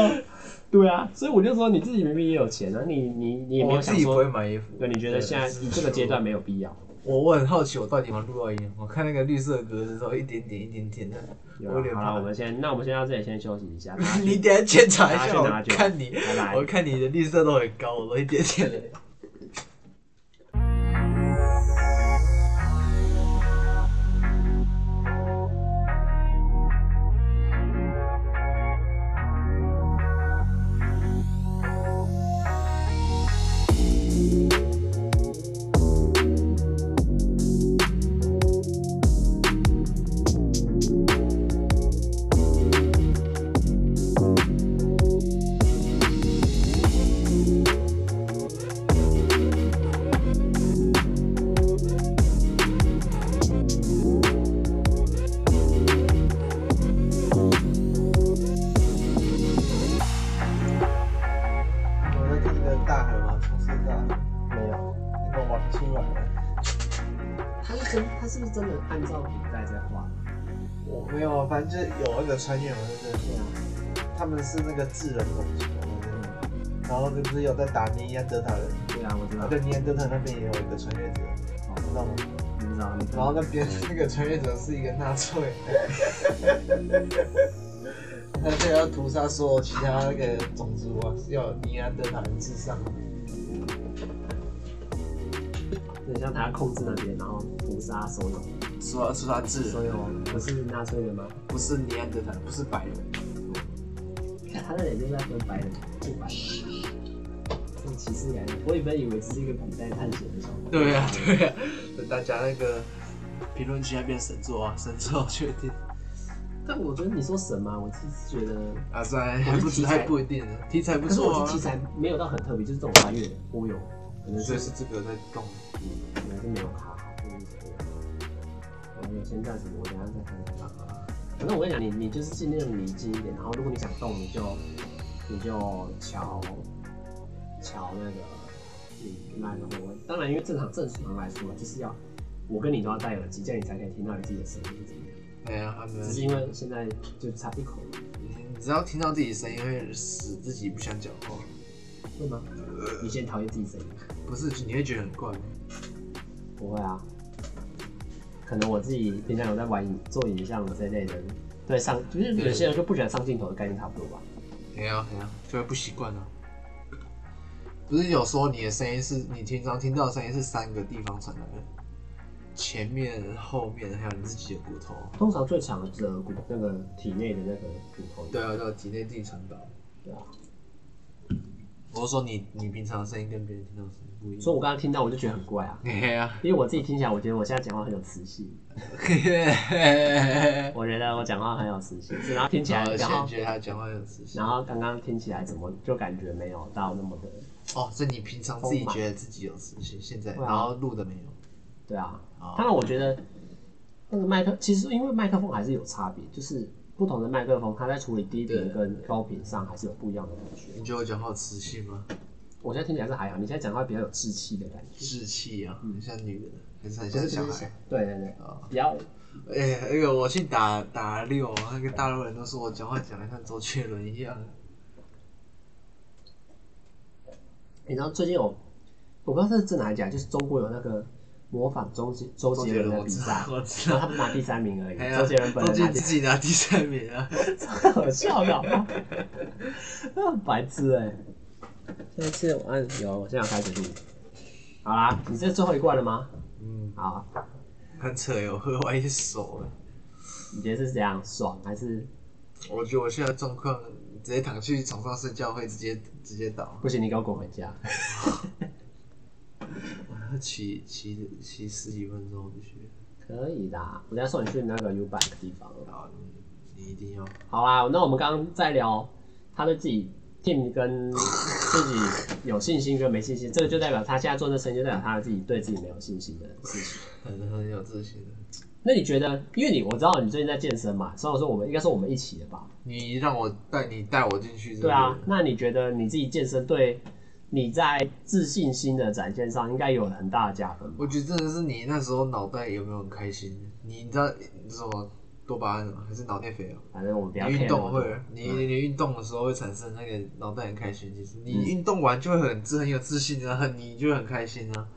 Speaker 1: 对啊，所以我就说你自己明明也有钱啊，你你你也没
Speaker 2: 我
Speaker 1: 有
Speaker 2: 自
Speaker 1: 想
Speaker 2: 己不
Speaker 1: 说
Speaker 2: 会，买衣服。
Speaker 1: 对，你觉得现在
Speaker 2: 对
Speaker 1: 这个阶段没有必要。
Speaker 2: 我我很好奇，我到底有没有录到音？我看那个绿色格子都一点点一点点的，
Speaker 1: 有
Speaker 2: 我有点
Speaker 1: 啊好
Speaker 2: 怕
Speaker 1: 了，我。们先，那我们先到这里先休息一 [LAUGHS] 下。大家
Speaker 2: [LAUGHS] 你等一下检查一
Speaker 1: 拿去
Speaker 2: 下，
Speaker 1: 拿
Speaker 2: 我
Speaker 1: 去
Speaker 2: 看你
Speaker 1: 拜，拜
Speaker 2: 我看你的绿色都很高，我都一点点的。我在看那个大河嘛，从山上
Speaker 1: 没有。
Speaker 2: 那个网出来了。
Speaker 1: 他是真，他是不是真的按照古代在画？
Speaker 2: 我没有，啊反正就是有那个穿越嘛，就是
Speaker 1: 对啊，
Speaker 2: 他们是那个智人种族，然后就是有在打尼安德塔人，
Speaker 1: 对啊，我知道。
Speaker 2: 对，尼安德塔那边也有一个穿越者，知道吗？
Speaker 1: 你知道，你知
Speaker 2: 然后
Speaker 1: 道。
Speaker 2: 那边那个穿越者是一个纳 [LAUGHS] 粹，那这个要屠杀所有其他那个种族啊，是要尼安德塔人至上。
Speaker 1: 很像他控制那边，然后屠杀所有
Speaker 2: 说说他智
Speaker 1: 所有不是纳粹的吗？
Speaker 2: 不是尼安德塔，不是白人。
Speaker 1: 看他的脸就在分白人不白人，这种歧视感。我原本以为只是一个古代探险的小说。
Speaker 2: 对 [LAUGHS] 啊，对啊，等大家那个评论区那边神作啊，神作确定
Speaker 1: 但我觉得你说神嘛，我其实觉得，
Speaker 2: 啊，虽然还不
Speaker 1: 我是题
Speaker 2: 止
Speaker 1: 材
Speaker 2: 还不一定呢，题材不
Speaker 1: 可是
Speaker 2: 错
Speaker 1: 我
Speaker 2: 啊 [LAUGHS]
Speaker 1: 是题。材没有到很特别，就是这种穿越的，我有，可能
Speaker 2: 所以
Speaker 1: 是
Speaker 2: 是这个在动。
Speaker 1: 嗯可能是没有他好，或者是怎么样。我没有签证什么，我等一下再看看吧。反正我跟你讲，你你就是尽量离近一点，然后如果你想动，你就你就瞧瞧那个你麦克风。当然，因为正常正常来说，就是要我跟你都要戴耳机，这样你才可以听到你自己的声音怎么样。
Speaker 2: 没有，哎他没有
Speaker 1: 只是因为现在就差一口音，
Speaker 2: 你只要听到自己声音，会使自己不想讲话。
Speaker 1: 会吗？你现在讨厌自己声音？
Speaker 2: 不是，你会觉得很怪。
Speaker 1: 不会啊，可能我自己平常有在玩影做影像这类的，对上就是有些人就不喜欢上镜头的概念差不多吧。
Speaker 2: 没有，没有，就会不习惯啊。不是有说你的声音是你平常听到的声音是三个地方传来的，前面、后面还有你自己的骨头。
Speaker 1: 通常最长的只有骨那个体内的那个骨头，
Speaker 2: 对啊，对啊，体内自己传导。
Speaker 1: 对啊。
Speaker 2: 我是说你你平常的声音跟别人听到的声音不一样。
Speaker 1: 所以我刚刚听到我就觉得很怪啊，
Speaker 2: 嘿嘿啊，
Speaker 1: 因为我自己听起来，我觉得我现在讲话很有磁性，
Speaker 2: 嘿嘿嘿
Speaker 1: 我觉得我讲话很有磁性，然后听起来，
Speaker 2: 我
Speaker 1: 然
Speaker 2: 现在
Speaker 1: 后
Speaker 2: 觉得他讲话有磁性
Speaker 1: 然。后刚刚听起来怎么就感觉没有到那么的，
Speaker 2: 哦，所以你平常自己觉得自己有磁性，现在
Speaker 1: 对啊
Speaker 2: 然后录的没有。
Speaker 1: 对啊，
Speaker 2: 哦
Speaker 1: 当然，我觉得那个麦克其实因为麦克风还是有差别，就是不同的麦克风，它在处理低频
Speaker 2: 对
Speaker 1: 跟高频上还是有不一样的感觉。
Speaker 2: 你觉得我讲话有磁性吗？
Speaker 1: 我现在听起来是还好，你现在讲话比较有稚气的感觉，
Speaker 2: 稚气啊，很像女人，很像很
Speaker 1: 不
Speaker 2: 像
Speaker 1: 是
Speaker 2: 小
Speaker 1: 不是
Speaker 2: 孩。
Speaker 1: 对对对
Speaker 2: 哎哦，
Speaker 1: 比较
Speaker 2: 哎、那个我去打打六，啊那个大陆人都说我讲话讲的像周杰伦一样。
Speaker 1: 你知道最近有，我不知道这是真的还是假的，就是中国有那个模仿周杰周杰伦的
Speaker 2: 我
Speaker 1: 比
Speaker 2: 知
Speaker 1: 赛
Speaker 2: 道，，我知 [LAUGHS]
Speaker 1: 然后他
Speaker 2: 道。
Speaker 1: 们拿第三名而已，
Speaker 2: 哎呀
Speaker 1: 周杰伦本
Speaker 2: 周
Speaker 1: 人拿
Speaker 2: 杰伦
Speaker 1: 第
Speaker 2: 自己拿第三名啊！ [LAUGHS]
Speaker 1: 超好笑啊的好吗，很白痴哎、欸。现在是我按有，我现在要开始录。好啦，你这是最后一罐了吗？
Speaker 2: 嗯，
Speaker 1: 好啊，
Speaker 2: 很扯哟，喝歪手了。
Speaker 1: 你觉得是怎样爽还是
Speaker 2: 我觉得我现在状况，直接躺去床上睡觉会直接直接倒。 [LAUGHS]
Speaker 1: 不行？你给我滚回家！
Speaker 2: 骑骑骑十几分钟回去，
Speaker 1: 可以的，我等下送你去那个 U bike 的地方。
Speaker 2: 然后你你一定要
Speaker 1: 好啦，那我们刚刚在聊他对自己 team 跟自己有信心跟没信心，这个就代表他现在做这生意，就代表他自己对自己没有信心的事情。
Speaker 2: 很很有自信的。
Speaker 1: 那你觉得，因为你我知道你最近在健身嘛，所以我说我们应该说我们一起的吧？
Speaker 2: 你让我带你带我进去，
Speaker 1: 对啊，，那你觉得你自己健身对你在自信心的展现上应该有很大的加分吧？
Speaker 2: 我觉得真的是你那时候脑袋有没有很开心？你知道你什么多巴胺吗还是脑内啡啊？
Speaker 1: 反正我们不
Speaker 2: 你
Speaker 1: 要
Speaker 2: 运
Speaker 1: care
Speaker 2: 动
Speaker 1: 那么多嗯
Speaker 2: 会，你你运动的时候会产生那个脑袋很开心，其实
Speaker 1: 嗯
Speaker 2: 你运动完就会很自很有自信啊，很你就会很开心啊。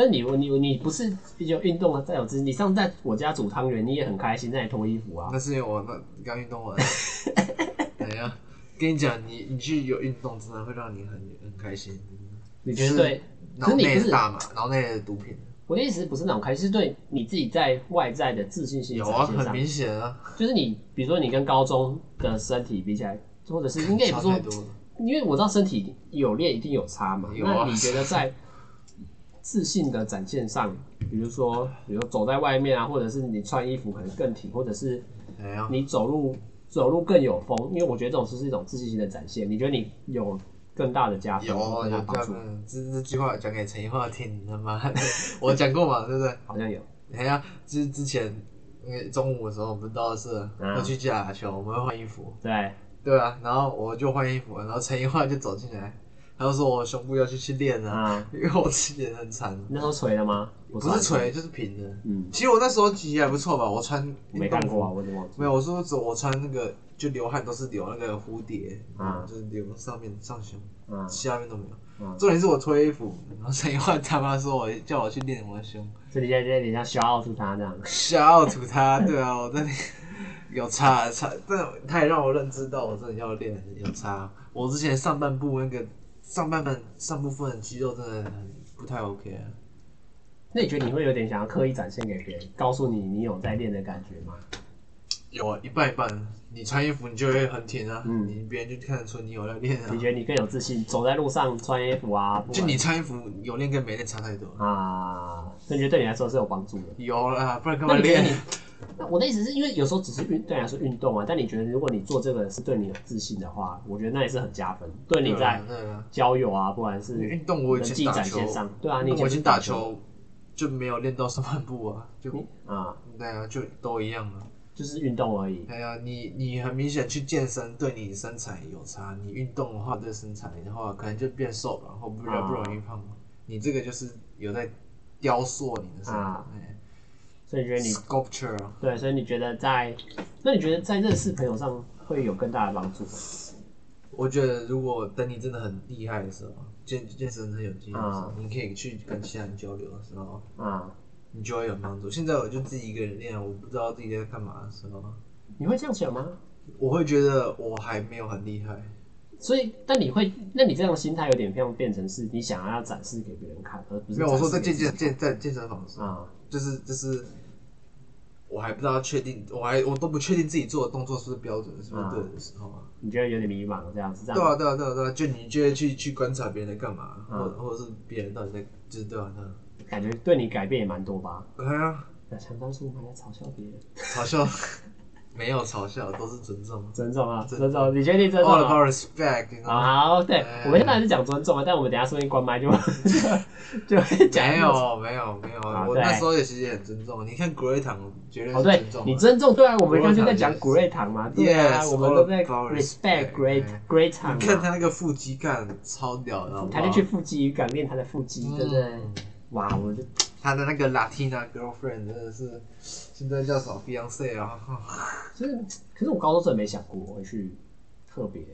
Speaker 1: 但你你你不是有运动啊，再有自信，你上次在我家煮汤圆，你也很开心，在那里脱衣服啊
Speaker 2: 那。是因为我那刚运
Speaker 1: [LAUGHS]
Speaker 2: 动完，等一下跟你讲，你你去有运动真的会让你很很开心，
Speaker 1: 你觉得对？可是
Speaker 2: 脑
Speaker 1: 你
Speaker 2: 内
Speaker 1: 不
Speaker 2: 的
Speaker 1: 是
Speaker 2: 大麻，脑内的毒品
Speaker 1: 我的意思，不是那种开心，是对你自己在外在的自信心
Speaker 2: 有
Speaker 1: 展
Speaker 2: 啊，
Speaker 1: 现
Speaker 2: 很
Speaker 1: 上，
Speaker 2: 明显啊，
Speaker 1: 就是你比如说你跟高中的身体比起来，或者是应该也不
Speaker 2: 差
Speaker 1: 是说
Speaker 2: 太多了。
Speaker 1: 因为我知道身体有练一定有差嘛，
Speaker 2: 有
Speaker 1: 那
Speaker 2: 啊
Speaker 1: 你觉得在自信的展现上，比如说，比如走在外面啊，或者是你穿衣服可能更挺，或者是
Speaker 2: 哎呀，
Speaker 1: 你走路走路更有风，因为我觉得这种是一种自信心的展现。你觉得你有更大的加分，
Speaker 2: 有啊
Speaker 1: 更大
Speaker 2: 有这
Speaker 1: 的帮
Speaker 2: 样
Speaker 1: 助？
Speaker 2: 的，这这句话讲给陈奕桦听，他妈的， [LAUGHS] 我讲过嘛，对不对？
Speaker 1: 好像有，
Speaker 2: 哎呀，之之前那个中午的时候，我们到是
Speaker 1: 嗯
Speaker 2: 要去打球，我们会换衣服，
Speaker 1: 对，
Speaker 2: 对啊，然后我就换衣服，然后陈奕桦就走进来，他就说我胸部要去去练啊，
Speaker 1: 啊，
Speaker 2: 因为我之前很惨，啊
Speaker 1: 你那时候锤了吗？不
Speaker 2: 不是，垂就是平的。
Speaker 1: 嗯，
Speaker 2: 其实我那时候其实还不错吧，我穿
Speaker 1: 我没
Speaker 2: 运
Speaker 1: 看
Speaker 2: 动
Speaker 1: 过啊，
Speaker 2: 服，
Speaker 1: 我怎么忘记
Speaker 2: 没？有，我说走，我穿那个就流汗都是流那个蝴蝶，
Speaker 1: 嗯
Speaker 2: 就是流上面上胸，
Speaker 1: 啊，
Speaker 2: 下面都没有。
Speaker 1: 嗯
Speaker 2: 重点是我脱衣服，然后陈奕焕他妈说我叫我去练我的胸，
Speaker 1: 所以你现在有点像消耗出他这样，
Speaker 2: 笑吐他，对啊，我真的有差差，但他也让我认知到我真的要练有差。我之前上半部那个上半半上部分的肌肉真的很不太 OK 啊。
Speaker 1: 那你觉得你会有点想要刻意展现给别人，告诉你你有在练的感觉吗？
Speaker 2: 有啊，一半一半。你穿衣服你就会很挺啊，
Speaker 1: 嗯
Speaker 2: 你别人就看得出你有在练啊
Speaker 1: 你。觉得你更有自信，走在路上穿衣服啊，不管
Speaker 2: 就你穿衣服有练跟没练差太多。
Speaker 1: 啊，所以你觉得对你来说是有帮助的。
Speaker 2: 有啦，不然干嘛
Speaker 1: 那你觉得
Speaker 2: 练
Speaker 1: 你？，那我的意思是因为有时候只是运对你来说运动啊，但你觉得如果你做这个是对你有自信的话，我觉得那也是很加分，对 [LAUGHS] 你
Speaker 2: 对啊
Speaker 1: 在
Speaker 2: 对啊，
Speaker 1: 交友啊，不管是
Speaker 2: 运动我以
Speaker 1: 人
Speaker 2: 前
Speaker 1: 际
Speaker 2: 打
Speaker 1: 展
Speaker 2: 球
Speaker 1: 现上，对啊，你
Speaker 2: 那
Speaker 1: 以前
Speaker 2: 我以
Speaker 1: 是
Speaker 2: 前打，球，就没有练到上半部啊，就
Speaker 1: 你啊，
Speaker 2: 对啊，就都一样了。
Speaker 1: 就是运动而已。
Speaker 2: 对啊，你你很明显去健身，对你身材有差；你运动的话，对身材的话，可能就变瘦了，然后不
Speaker 1: 啊
Speaker 2: 不容易胖。你这个就是有在雕塑你的身哎
Speaker 1: 啊
Speaker 2: 体、
Speaker 1: 所以你觉得你
Speaker 2: s c u l p t u r e
Speaker 1: 对，所以你觉得在，那你觉得在认识朋友上会有更大的帮助吗？
Speaker 2: 我觉得如果等你真的很厉害的时候，健健身很有经验的时候，
Speaker 1: 嗯
Speaker 2: 你可以去跟其他人交流的时候，
Speaker 1: 啊，
Speaker 2: 你就会有帮助。现在我就自己一个人练，我不知道自己在干嘛的时候，
Speaker 1: 你会这样想吗？
Speaker 2: 我会觉得我还没有很厉害。
Speaker 1: 所以，但你会，那你这样的心态有点像变成是你想要展示给别人看，而不是
Speaker 2: 没有，我说在
Speaker 1: 展示给
Speaker 2: 健
Speaker 1: 自
Speaker 2: 健健在健身房的时
Speaker 1: 己
Speaker 2: 候。
Speaker 1: 啊，
Speaker 2: 就是就是，我还不知道确定，我还我都不确定自己做的动作是不是标准，是不是
Speaker 1: 啊
Speaker 2: 对的时候啊。
Speaker 1: 你觉得有点迷茫这样子，这
Speaker 2: 对
Speaker 1: 样
Speaker 2: 啊，对啊，对啊，对啊，就你就会去去观察别人在干嘛，
Speaker 1: 啊
Speaker 2: 或或者是别人到底在，就是对啊，对啊，
Speaker 1: 感觉对你改变也蛮多吧？
Speaker 2: 哎呀，
Speaker 1: 那想当初我们还在嘲笑别人，
Speaker 2: 嘲笑，没有嘲笑，都是尊重
Speaker 1: 尊重啊，
Speaker 2: 尊
Speaker 1: 尊重，你确定尊重啊
Speaker 2: ，all
Speaker 1: 吗？
Speaker 2: about respect，你知道吗？
Speaker 1: 好，对
Speaker 2: 哦哎，
Speaker 1: 我们现在还是讲尊重啊，但我们等一下说不定关麦
Speaker 2: [LAUGHS]
Speaker 1: 就就就会讲
Speaker 2: 没。有没有没有，
Speaker 1: 啊
Speaker 2: 我
Speaker 1: 对
Speaker 2: 那时候也其实也很尊重。你看国瑞堂绝对
Speaker 1: 哦，
Speaker 2: 是
Speaker 1: 对
Speaker 2: 尊重
Speaker 1: 你
Speaker 2: 的，
Speaker 1: 尊重，对啊，我们刚才在讲
Speaker 2: 就是
Speaker 1: 古瑞堂嘛，对啊，
Speaker 2: Yes，
Speaker 1: 我们都在
Speaker 2: all about
Speaker 1: respect
Speaker 2: respect，
Speaker 1: great
Speaker 2: 哎
Speaker 1: great 堂
Speaker 2: 你看
Speaker 1: 嘛，
Speaker 2: 他那个腹肌干超屌的，好不
Speaker 1: 啊他
Speaker 2: 好
Speaker 1: 就去腹肌敢练他的腹肌，对不对？
Speaker 2: 嗯
Speaker 1: 哇，我就
Speaker 2: 他的那个 Latina girlfriend 真的是，现在叫什么 fiance 啊？
Speaker 1: 其实，可是我高中真的没想过我会去特别，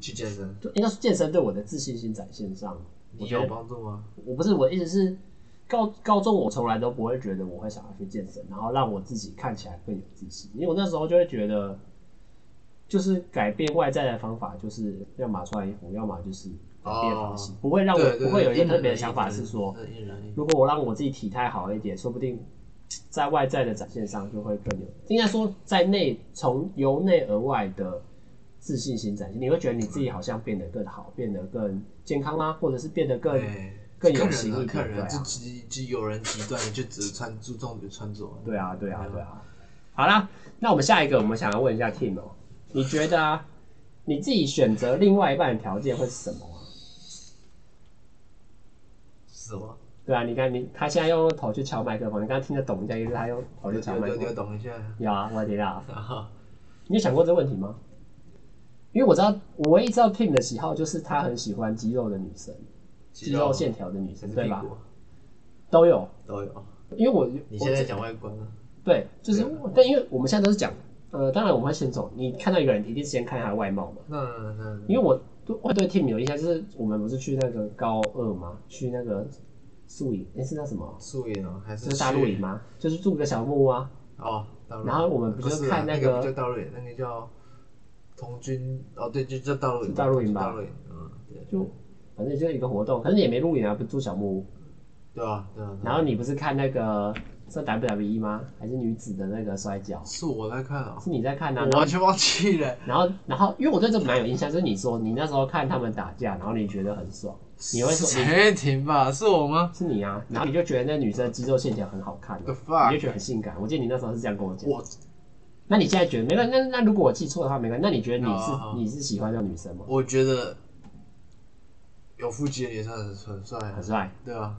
Speaker 2: 去健身，
Speaker 1: 就应该是健身对我的自信心展现上，我
Speaker 2: 你
Speaker 1: 觉
Speaker 2: 有
Speaker 1: 得
Speaker 2: 帮助吗？
Speaker 1: 我不是我一直是高高中我从来都不会觉得我会想要去健身，然后让我自己看起来更有自信，因为我那时候就会觉得，就是改变外在的方法就是要么穿衣服，要么就是改变发型，不会让我
Speaker 2: 哦对对，
Speaker 1: 不会有一
Speaker 2: 对
Speaker 1: 个特别的想法是说，，
Speaker 2: 因人而异因人而异
Speaker 1: 如果我让我自己体态好一点，说不定在外在的展现上就会更有，应该说在内从由内而外的自信心展现，你会觉得你自己好像变得更好，变得更健康啊，或者是变得更
Speaker 2: 对，
Speaker 1: 更有
Speaker 2: 看
Speaker 1: 型
Speaker 2: 人
Speaker 1: 一点，
Speaker 2: 啊，看
Speaker 1: 对
Speaker 2: 人，就
Speaker 1: 啊，
Speaker 2: 极就有人极端，就只穿注重于穿着，
Speaker 1: 对啊，对啊，对啊。好啦，那我们下一个，我们想要问一下 Tim 哦，你觉得啊，你自己选择另外一半的条件会是什么啊？
Speaker 2: 是什么？
Speaker 1: 对啊，你看你他现在用头去敲麦克风，你刚刚听得懂一下，意思他用头
Speaker 2: 我
Speaker 1: 去
Speaker 2: 就
Speaker 1: 敲
Speaker 2: 有
Speaker 1: 麦克
Speaker 2: 有
Speaker 1: 风
Speaker 2: 有。
Speaker 1: [LAUGHS]
Speaker 2: 懂一下，
Speaker 1: 有啊，我听到。
Speaker 2: 然后
Speaker 1: 你有想过这个问题吗？因为我知道，我唯一知道 Tim 的喜好就是他很喜欢肌肉的女生，肌肉线条的女
Speaker 2: 还
Speaker 1: 生，
Speaker 2: 是
Speaker 1: 对
Speaker 2: 屁
Speaker 1: 吧？
Speaker 2: 股
Speaker 1: 都有。
Speaker 2: 都有。
Speaker 1: 因为我
Speaker 2: 你
Speaker 1: 我
Speaker 2: 现在讲外观了，
Speaker 1: 对，就是
Speaker 2: 对啊，
Speaker 1: 但因为我们现在都是讲，呃，当然我们会先从你看到一个人，一定是先看他的外貌嘛。
Speaker 2: 那那那
Speaker 1: 因为我对我对 Tim 有印象，就是我们不是去那个高二吗？去那个宿营，那是那什么？
Speaker 2: 素颜哦，还是
Speaker 1: 就是大
Speaker 2: 去
Speaker 1: 陆营吗？就是住个小木屋啊。
Speaker 2: 哦，大陆
Speaker 1: 然后我们不
Speaker 2: 不
Speaker 1: 就是
Speaker 2: 啊
Speaker 1: 看那
Speaker 2: 那
Speaker 1: 个
Speaker 2: 不叫大陆影，那个叫童军哦，对，就叫大陆影，
Speaker 1: 是大陆影吧
Speaker 2: 大陆影，嗯，对，
Speaker 1: 就反正就是一个活动，可是你也没露营啊，不是住小木屋。
Speaker 2: 对啊，对啊。对啊
Speaker 1: 然后你不是看那个是 WWE 吗？还是女子的那个摔跤？
Speaker 2: 是我在看啊，
Speaker 1: 是你在看啊？
Speaker 2: 我完全忘记了，
Speaker 1: 然后，然后，因为我对这蛮有印象，就是你说你那时候看他们打架，然后你觉得很爽，你会
Speaker 2: 是
Speaker 1: 说你
Speaker 2: 陈燕婷吧？是我吗
Speaker 1: 是你啊，然后你就觉得那女生的肌肉线条很好看，啊
Speaker 2: ？The
Speaker 1: 你就
Speaker 2: fuck！
Speaker 1: 觉得很性感。我记得你那时候是这样跟我讲。
Speaker 2: 我
Speaker 1: 那你现在觉得没关那那那如果我记错的话没关系，那你觉得你是、
Speaker 2: 好好
Speaker 1: 你是喜欢这种女生吗？
Speaker 2: 我觉得有腹肌的女生很很帅啊
Speaker 1: 很，帅，
Speaker 2: 对啊。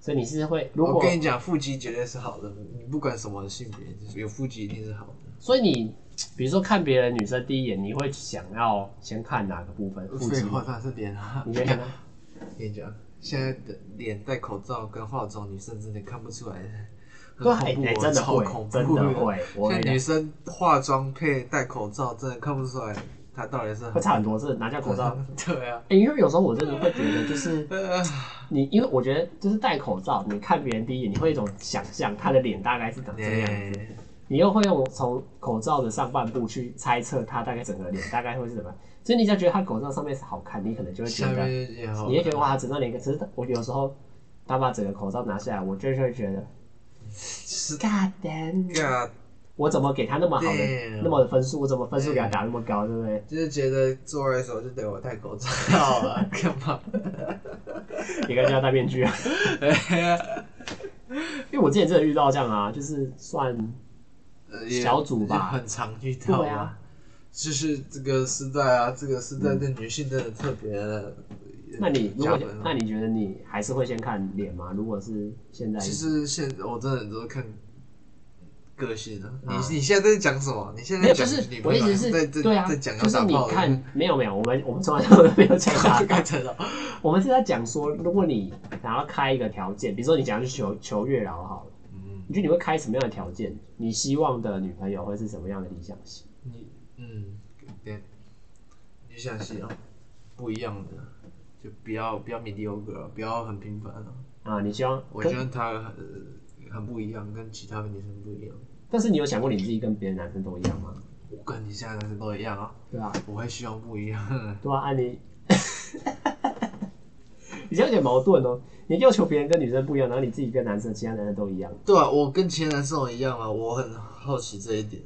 Speaker 1: 所以你是会如
Speaker 2: 我
Speaker 1: 果
Speaker 2: 跟你讲，腹肌绝对是好的，你不管什么性别，就是有腹肌一定是好的。
Speaker 1: 所以你比如说看别人女生第一眼，你会想要先看哪个部分？腹
Speaker 2: 废
Speaker 1: 肌吗？
Speaker 2: 话，那是脸啊。
Speaker 1: 你觉得看哪？
Speaker 2: 跟你讲，现在的脸戴口罩跟化妆，女生真的看不出来，
Speaker 1: 对，
Speaker 2: 很恐怖
Speaker 1: 哎、
Speaker 2: 哦
Speaker 1: 真的
Speaker 2: 超
Speaker 1: 会
Speaker 2: 恐，怖
Speaker 1: 真的。会，我跟
Speaker 2: 现
Speaker 1: 你
Speaker 2: 在
Speaker 1: 讲
Speaker 2: 女，生化妆配戴口罩，真的看不出来她到底是
Speaker 1: 会差很多，是拿下口罩。。
Speaker 2: 对啊，
Speaker 1: 哎、因为有时候我真的会觉得，就是
Speaker 2: 呃，
Speaker 1: 你，因为我觉得就是戴口罩，你看别人第一眼，你会有一种想象他的脸大概是长这个样子，
Speaker 2: 哎
Speaker 1: 你又会用从口罩的上半部去猜测他大概整个脸大概会是怎么样，所以你只要觉得他口罩上面是好看，你可能就会觉
Speaker 2: 下
Speaker 1: 得，
Speaker 2: 面也好，
Speaker 1: 你会觉得哇，他整张脸，可是我有时候他把整个口罩拿下来，我就会觉得
Speaker 2: 是
Speaker 1: God damn，
Speaker 2: 个，
Speaker 1: 我怎么给他那么好的
Speaker 2: Damn
Speaker 1: 那么的分数，我怎么分数给他打那么高，对不对？
Speaker 2: 就是觉得做爱的时候就得我戴口罩啊，干嘛？
Speaker 1: 你该叫他戴面具啊。 [LAUGHS] 因为我之前真的遇到这样啊，就是算
Speaker 2: 呃也
Speaker 1: 小组吧
Speaker 2: 也很常遇到
Speaker 1: 对啊。
Speaker 2: 就是这个时代啊，这个时代的女性真的特别
Speaker 1: 嗯那你如
Speaker 2: 加
Speaker 1: 果
Speaker 2: 分
Speaker 1: 那
Speaker 2: 啊。
Speaker 1: 你觉得你还是会先看脸吗？如果是现在
Speaker 2: 其实现我真的都是看个性啊。
Speaker 1: 啊
Speaker 2: 你你现在在讲什么？你现
Speaker 1: 没
Speaker 2: 在
Speaker 1: 有，
Speaker 2: 在
Speaker 1: 就
Speaker 2: 讲
Speaker 1: 是
Speaker 2: 女
Speaker 1: 我
Speaker 2: 朋
Speaker 1: 意
Speaker 2: 友
Speaker 1: 思
Speaker 2: 还
Speaker 1: 是，
Speaker 2: 在在
Speaker 1: 对啊，
Speaker 2: 在讲要
Speaker 1: 就是
Speaker 2: 打
Speaker 1: 你
Speaker 2: 炮的 [LAUGHS]
Speaker 1: 看，没有没有，我们我们从来都没有讲打
Speaker 2: 就
Speaker 1: 炮
Speaker 2: 刚，才了。
Speaker 1: 我们是在讲说，如果你想要开一个条件，比如说你想要去求求月老好了，
Speaker 2: 嗯，
Speaker 1: 你觉得你会开什么样的条件？你希望的女朋友会是什么样的理想型？
Speaker 2: 你嗯，对，你想想哦，不一样的，就不要不要 mediocre，啊不要很平凡啊。
Speaker 1: 啊，你希望
Speaker 2: 我
Speaker 1: 跟
Speaker 2: 觉得他很呃很不一样，跟其他的女生不一样。
Speaker 1: 但是你有想过你自己跟别的男生都一样吗？
Speaker 2: 我跟你现在男生都一样啊，
Speaker 1: 对啊，
Speaker 2: 我会希望不一样。 [LAUGHS]
Speaker 1: 对啊，啊你， [LAUGHS] 你这样有点矛盾哦。你要求别人跟女生不一样，然后你自己跟男生、其他男生都一样。
Speaker 2: 对啊，我跟其他男生都一样啊，我很好奇这一点。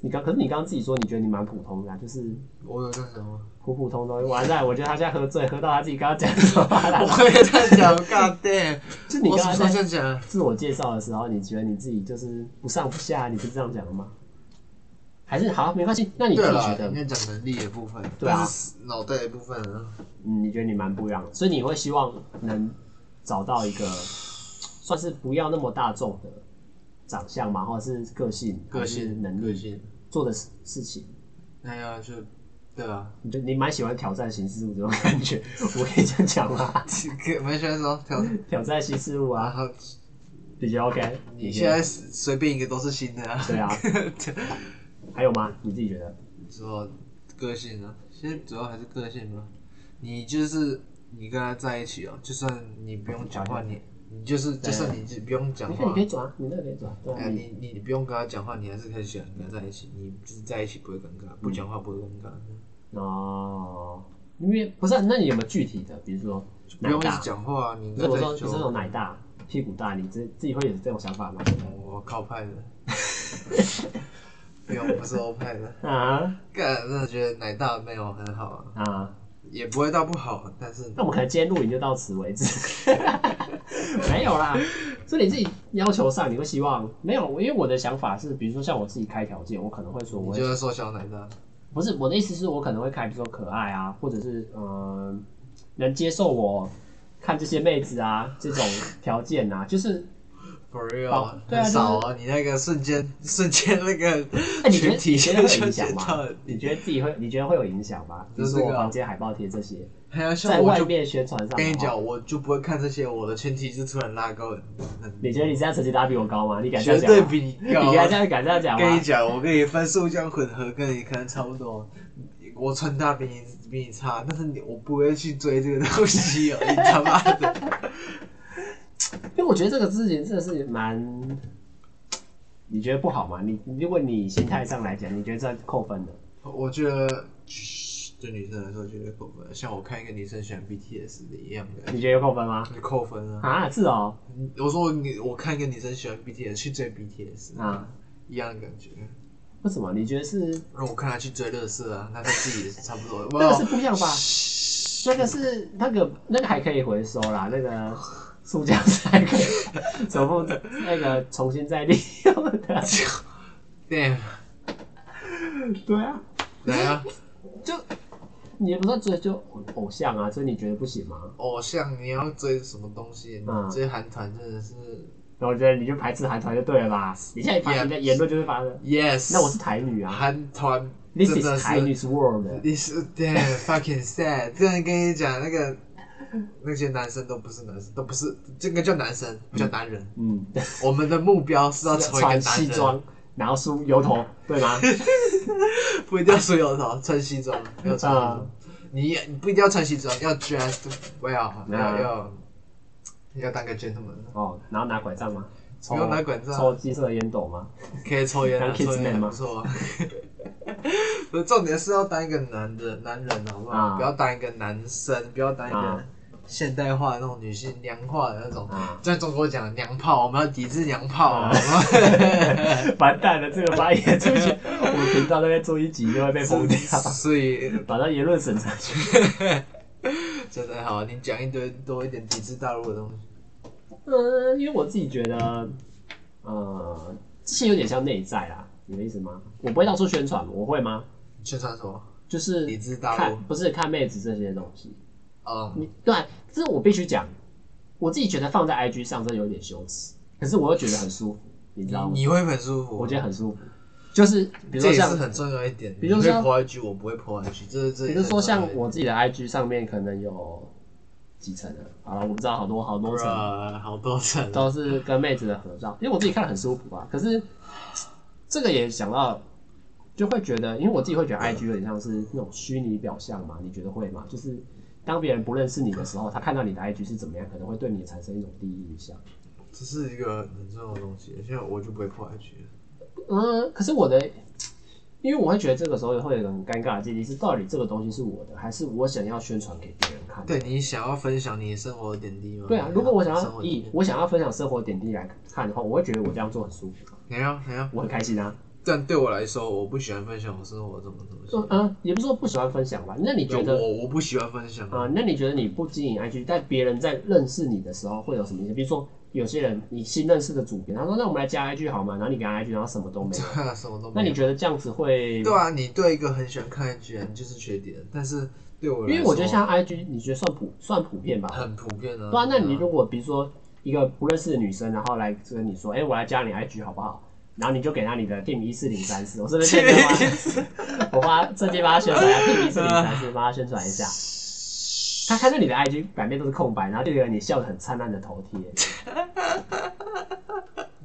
Speaker 1: 你刚可是你刚刚自己说你觉得你蛮普通的、啊，就是
Speaker 2: 我有这样
Speaker 1: [LAUGHS]
Speaker 2: 想吗？
Speaker 1: 普普通通。完蛋，我觉得他现在喝醉，喝到他自己刚刚讲说话
Speaker 2: 我
Speaker 1: 了。
Speaker 2: 也在
Speaker 1: [LAUGHS]
Speaker 2: 想，God damn！
Speaker 1: 就你
Speaker 2: 我
Speaker 1: 刚
Speaker 2: 什
Speaker 1: 刚
Speaker 2: 么时
Speaker 1: 在
Speaker 2: 候这样讲啊？
Speaker 1: 自我介绍的时候，你觉得你自己就是不上不下，你不是这样讲的吗？还是好，没关系。那你自
Speaker 2: 对啊
Speaker 1: 己
Speaker 2: 了
Speaker 1: 觉，得
Speaker 2: 应，该讲能力的部分，
Speaker 1: 对啊
Speaker 2: 但是脑袋的部分啊，
Speaker 1: 嗯，你觉得你蛮不一样的，所以你会希望能找到一个 [SNIFFS] 算是不要那么大众的长相嘛，或者是个性、
Speaker 2: 个
Speaker 1: 还是
Speaker 2: 性、
Speaker 1: 能
Speaker 2: 个
Speaker 1: 力
Speaker 2: 性，
Speaker 1: 做的事事情，
Speaker 2: 哎呀，就
Speaker 1: [LAUGHS]
Speaker 2: 对啊，
Speaker 1: 你就你蛮喜欢挑战新事物这种感觉， [LAUGHS] 我可以这样讲吗？ [LAUGHS]
Speaker 2: 蛮喜欢什么挑
Speaker 1: 挑战新事物
Speaker 2: 然
Speaker 1: 啊，
Speaker 2: 后
Speaker 1: 比较 OK。
Speaker 2: 你现在随便一个都是新的啊。
Speaker 1: 对
Speaker 2: [LAUGHS]
Speaker 1: 啊，还有吗？你自己觉得？
Speaker 2: 之后个性啊，其实主要还是个性吧。你就是你跟他在一起哦，就算你不用讲话，你你就是就算你不用讲
Speaker 1: 你看你
Speaker 2: 话
Speaker 1: 可，以转啊，你那个可以转，对
Speaker 2: 哎，
Speaker 1: 啊，你
Speaker 2: 你你你不用跟他讲话，你还是很喜欢跟他在一起，你就是在一起不会尴尬，不讲话不会尴尬，
Speaker 1: 哦，因为不是啊，那你有没有具体的？比如说
Speaker 2: 就不
Speaker 1: 奶
Speaker 2: 用一
Speaker 1: 大
Speaker 2: 直，讲话啊。你
Speaker 1: 不是
Speaker 2: 跟
Speaker 1: 我
Speaker 2: 他在
Speaker 1: 说，
Speaker 2: 一
Speaker 1: 你
Speaker 2: 起
Speaker 1: 是那
Speaker 2: 就，
Speaker 1: 种奶大、屁股大，你自自己会有这种想法吗？
Speaker 2: 我哦靠
Speaker 1: [LAUGHS]
Speaker 2: 派的，没有，我不是欧派的。
Speaker 1: 啊
Speaker 2: 干，真的觉得奶大没有很好啊，
Speaker 1: 啊！
Speaker 2: 也不会到不好，但是
Speaker 1: 那我们可能今天录影就到此为止， [LAUGHS] 没有啦。所以你自己要求上，你会希望没有？因为我的想法是，比如说像我自己开条件，我可能会说
Speaker 2: 你
Speaker 1: 我
Speaker 2: 就要说小奶大，
Speaker 1: 不是我的意思是我可能会开，比如说可爱啊，或者是嗯、呃能接受我看这些妹子啊这种条件啊，就是。
Speaker 2: For real，
Speaker 1: 哦对啊
Speaker 2: 很少啊！你那个瞬间， [LAUGHS] 瞬间那个
Speaker 1: 哎、你觉得
Speaker 2: 群体
Speaker 1: 你觉得会有
Speaker 2: 就
Speaker 1: 影响
Speaker 2: 见到
Speaker 1: 吗？你觉得自己会？你觉得会有影响吗？比
Speaker 2: 就
Speaker 1: 如
Speaker 2: 是这
Speaker 1: 说
Speaker 2: 个啊
Speaker 1: 我房间海报贴这些，
Speaker 2: 还有像
Speaker 1: 在
Speaker 2: 我
Speaker 1: 外
Speaker 2: 就
Speaker 1: 面宣传上的话，
Speaker 2: 跟你讲，我就不会看这些，我的群体是突然拉高很，很
Speaker 1: 你觉得你这样成绩单比我高吗？你敢这
Speaker 2: 绝
Speaker 1: 样讲
Speaker 2: 对
Speaker 1: 吗？
Speaker 2: 比你高啊
Speaker 1: 你敢这。样敢这样讲
Speaker 2: 跟你
Speaker 1: 吗？
Speaker 2: 讲，我跟你分数这样混合，跟你可能差不多。我穿搭比你比你差，但是你我不会去追这个东西哦，你他妈的！
Speaker 1: 因为我觉得这个事情真的是蛮，你觉得不好吗？你如果你心态上来讲，你觉得这样扣分的，
Speaker 2: 我觉得对女生来说绝对扣分，像我看一个女生喜欢 BTS 的一样的，
Speaker 1: 你觉得有扣分吗？
Speaker 2: 扣分啊。
Speaker 1: 啊，是哦，
Speaker 2: 我说你，我看一个女生喜欢 BTS 去追 BTS
Speaker 1: 啊，
Speaker 2: 一样的感觉。
Speaker 1: 为什么？你觉得是
Speaker 2: 让我看她去追乐色啊，那跟自己也是差不
Speaker 1: [LAUGHS]
Speaker 2: 多。
Speaker 1: 那个是不一样吧？
Speaker 2: 嘘
Speaker 1: 那个是那个那个还可以回收啦，那个塑胶是还可以 [LAUGHS] 重复那个重新再利用的。
Speaker 2: ，damn，
Speaker 1: 对啊，
Speaker 2: 来
Speaker 1: [LAUGHS]
Speaker 2: 啊，
Speaker 1: 就你也不算追究偶像啊，所以你觉得不行吗？
Speaker 2: 偶像你要追什么东西？
Speaker 1: 嗯
Speaker 2: 你追韩团真的是
Speaker 1: 那我觉得你就排斥韩团就对了吧？你现在把
Speaker 2: Yeah
Speaker 1: 你的言论就是发的，
Speaker 2: yes。
Speaker 1: 那我是台女啊
Speaker 2: 韩团，
Speaker 1: ，This
Speaker 2: 真
Speaker 1: is
Speaker 2: 的
Speaker 1: 台女
Speaker 2: 是
Speaker 1: 's world。
Speaker 2: 你是 [LAUGHS] damn fucking sad。真的跟你讲，那个那些男生都不是男生，都不是这个叫男生，不叫男人。
Speaker 1: 嗯，
Speaker 2: 我们的目标是要成为
Speaker 1: 穿
Speaker 2: 一个男
Speaker 1: 西
Speaker 2: 人。
Speaker 1: 装，然后梳油
Speaker 2: [LAUGHS]
Speaker 1: 头，对吗？
Speaker 2: 不一定要梳油头，穿西装，要穿西装。你你不一定要穿西装，要 dress well，要
Speaker 1: 啊
Speaker 2: 要要当个 gentleman，
Speaker 1: 哦，然后拿拐杖吗？抽
Speaker 2: [LAUGHS] 不用拿拐杖
Speaker 1: 抽金色的烟斗吗？ [LAUGHS]
Speaker 2: 可以抽烟啊，
Speaker 1: 当 kids
Speaker 2: 抽
Speaker 1: man
Speaker 2: 烟
Speaker 1: 吗
Speaker 2: 还不错啊。不是重点是要当一个男的男人，好不好？
Speaker 1: 啊
Speaker 2: 不要当一个男生，不要当一
Speaker 1: 啊
Speaker 2: 个现代化的那种女性娘化的那种
Speaker 1: 啊，
Speaker 2: 在中国讲娘炮，我们要抵制娘炮，好不好
Speaker 1: 完蛋了，这个发言出
Speaker 2: [LAUGHS]
Speaker 1: 去，我们频道那边做一集就会 [LAUGHS] 被封掉，
Speaker 2: 所以
Speaker 1: 把它言论审查去。
Speaker 2: 真的好，你讲一堆多一点抵制大陆的东西。
Speaker 1: 嗯，因为我自己觉得，呃，这些有点像内在啦，你的意思吗？我不会到处宣传，我会吗？
Speaker 2: 宣传什么？
Speaker 1: 就是
Speaker 2: 抵制大陆
Speaker 1: 看不是看妹子这些东西，
Speaker 2: 嗯，
Speaker 1: 你对，这我必须讲，我自己觉得放在 IG 上真的有点羞耻，可是我又觉得很舒服，你知道吗？
Speaker 2: 你会很舒服，
Speaker 1: 我觉得很舒服，就是比如
Speaker 2: 这
Speaker 1: 说
Speaker 2: 也是
Speaker 1: 像，
Speaker 2: 很重要一点。
Speaker 1: 比如说
Speaker 2: 你会
Speaker 1: 像
Speaker 2: po IG，我不会 po IG，这这
Speaker 1: 比
Speaker 2: 也
Speaker 1: 如
Speaker 2: 是
Speaker 1: 说
Speaker 2: 很重要一点。
Speaker 1: 像我自己的 IG 上面可能有几层啊，好了，我不知道好多好多层，
Speaker 2: Bruh，好多层，
Speaker 1: 都是跟妹子的合照，因为我自己看得很舒服啊。可是这个也想到，就会觉得，因为我自己会
Speaker 2: 啊
Speaker 1: 觉得 IG 有点像是那种虚拟表象嘛，你觉得会吗？就是当别人不认识你的时候，他看到你的 IG 是怎么样，可能会对你产生一种第一印象。
Speaker 2: 这是一个很重要的东西。现在我就不会 po IG，了
Speaker 1: 嗯，可是我的，因为我会觉得这个时候会有一个很尴尬的境地是，到底这个东西是我的，还是我想要宣传给别人看？
Speaker 2: 对你想要分享你生活的点滴吗？
Speaker 1: 对啊，如果我想
Speaker 2: 生
Speaker 1: 要
Speaker 2: 活
Speaker 1: 以
Speaker 2: 点滴，
Speaker 1: 我想要分享生活点滴来看的话，我会觉得我这样做很舒服，
Speaker 2: 没有没有，
Speaker 1: 我很开心啊。
Speaker 2: 但对我来说，我不喜欢分享我生活中的东西。
Speaker 1: 嗯嗯，也不是说不喜欢分享吧？那你觉得
Speaker 2: 我我不喜欢分享
Speaker 1: 啊、那你觉得你不经营 IG，在别人在认识你的时候会有什么影响？比如说有些人你新认识的主编，他说那我们来加 IG 好吗？然后你给他 IG，然后什么都没有。
Speaker 2: 对啊，什么都
Speaker 1: 那
Speaker 2: 没
Speaker 1: 你
Speaker 2: 有。
Speaker 1: 觉得这样子会？
Speaker 2: 对啊，你对一个很喜欢看 IG 的人就是缺点，但是对我来
Speaker 1: 因
Speaker 2: 说，
Speaker 1: 为我觉得像 IG，你觉得算普算普遍吧？
Speaker 2: 很普遍啊。
Speaker 1: 对啊，那你如果比如说一个不认识的女生，然后来跟你说，哎、我来加你 IG 好不好？然后你就给她你的 team 一四零三四，我是不是骗她？ [LAUGHS] 我帮她趁机帮她宣传
Speaker 2: [LAUGHS]
Speaker 1: 一下 team 一四零三四，帮她宣传一下。她看到你的 IG 版面都是空白，然后就有你笑得很灿烂的头贴，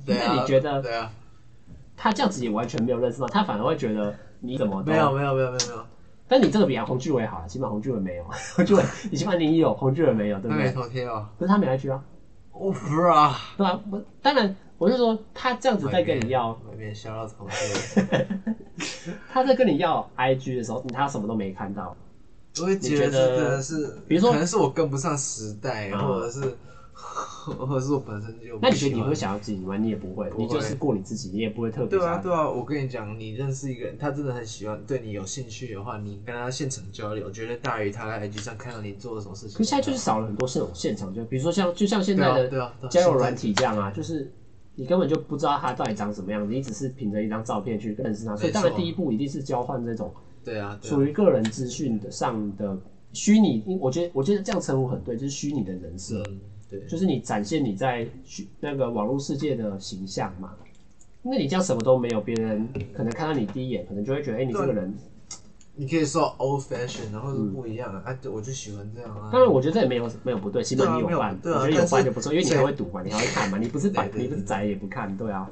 Speaker 2: 对啊，
Speaker 1: 那你觉得
Speaker 2: 对啊，
Speaker 1: 她这样子也完全没有认识到，她反而会觉得你怎么都
Speaker 2: 没有。没有没有没有没有，
Speaker 1: 但你这个比洪俊伟好了，起码洪俊伟没有，洪俊伟，你起码你有，洪俊伟没有，对
Speaker 2: 那
Speaker 1: 不
Speaker 2: 没
Speaker 1: 对？
Speaker 2: 头贴哦。
Speaker 1: 可是他没 IG 啊，
Speaker 2: 我服啊！
Speaker 1: 对啊，我当然，我就说他这样子在跟你要
Speaker 2: 外面笑到头
Speaker 1: [LAUGHS]
Speaker 2: 贴，
Speaker 1: 他在跟你要 IG 的时候，他什么都没看到。
Speaker 2: 我会觉
Speaker 1: 你觉
Speaker 2: 得
Speaker 1: 得
Speaker 2: 这真的是，
Speaker 1: 比如说
Speaker 2: 可能是我跟不上时代，
Speaker 1: 嗯
Speaker 2: 或者是， [LAUGHS] 或者是我本身就不喜欢……
Speaker 1: 那你觉得你会想要经营吗？你也不会，
Speaker 2: 不会
Speaker 1: 你就是过你自己，你也不会特别
Speaker 2: 对
Speaker 1: 想
Speaker 2: 啊，
Speaker 1: 要。
Speaker 2: 对啊，我跟你讲，你认识一个人，他真的很喜欢对你有兴趣的话，你跟他现场交流，绝对大于他在 IG 上看到你做了什么事情。
Speaker 1: 可是现在就是少了很多这种现场，就比如说像就像现在
Speaker 2: 对
Speaker 1: 的
Speaker 2: 啊对啊对啊
Speaker 1: 交友软体这样啊，就是你根本就不知道他到底长什么样子，你只是凭着一张照片去认识他。所以
Speaker 2: 没错
Speaker 1: 当然第一步一定是交换这种
Speaker 2: 对啊，对啊
Speaker 1: 属于个人资讯的上的虚拟，因我觉得我觉得这样称呼很对，就是虚拟的人设。
Speaker 2: 嗯，对，
Speaker 1: 就是你展现你在去那个网络世界的形象嘛。那你这样什么都没有，别人可能看到你第一眼，可能就会觉得，哎、你这个人。
Speaker 2: 你可以说 old fashion，然后是不一样的、啊，对我就喜欢这样啊。
Speaker 1: 当然，我觉得这也没有没有不对，起
Speaker 2: 对啊
Speaker 1: 码你
Speaker 2: 没有
Speaker 1: 饭，
Speaker 2: 对啊
Speaker 1: 我觉得有
Speaker 2: 但
Speaker 1: 饭
Speaker 2: 是
Speaker 1: 就不错，因为你还会赌嘛，你还会看嘛，你不是摆，
Speaker 2: 对对对
Speaker 1: 你不是宅也不看，对啊。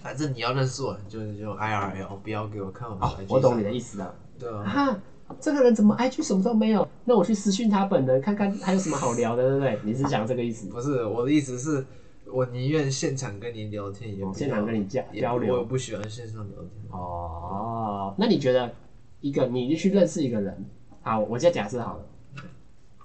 Speaker 2: 反正你要认识我，你就就 IRL，不要给我看我的
Speaker 1: 哦
Speaker 2: IG、，
Speaker 1: 我懂你的。意思了。
Speaker 2: 对啊，
Speaker 1: 啊，这个人怎么 IG 什么都没有？那我去私讯他本人看看还有什么好聊的，对不对？你是讲这个意思？
Speaker 2: 不是我的意思是，我宁愿现场跟你聊天，也不要
Speaker 1: 哦现场跟你交
Speaker 2: 也
Speaker 1: 交流
Speaker 2: 我不喜欢线上聊天。
Speaker 1: 哦，那你觉得一个你去认识一个人，好，我先假设好了，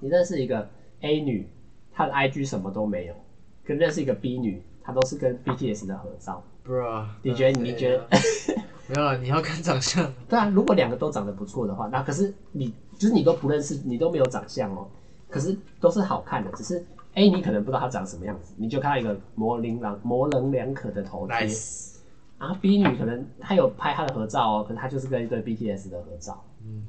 Speaker 1: 你认识一个 A 女，她的 IG 什么都没有，跟认识一个 B 女，她都是跟 BTS 的合照。
Speaker 2: Bro，
Speaker 1: 你觉得你觉得？
Speaker 2: [LAUGHS] 没有了，你要看
Speaker 1: [LAUGHS]
Speaker 2: 长相。
Speaker 1: 对啊，如果两个都长得不错的话，那可是你就是你都不认识，你都没有长相哦，可是都是好看的，只是 A 你可能不知道她长什么样子，你就看到一个模棱两模棱两可的头贴。
Speaker 2: Nice。
Speaker 1: 然后 B 女可能她有拍她的合照哦，可是她就是跟一堆 BTS 的合照。
Speaker 2: 嗯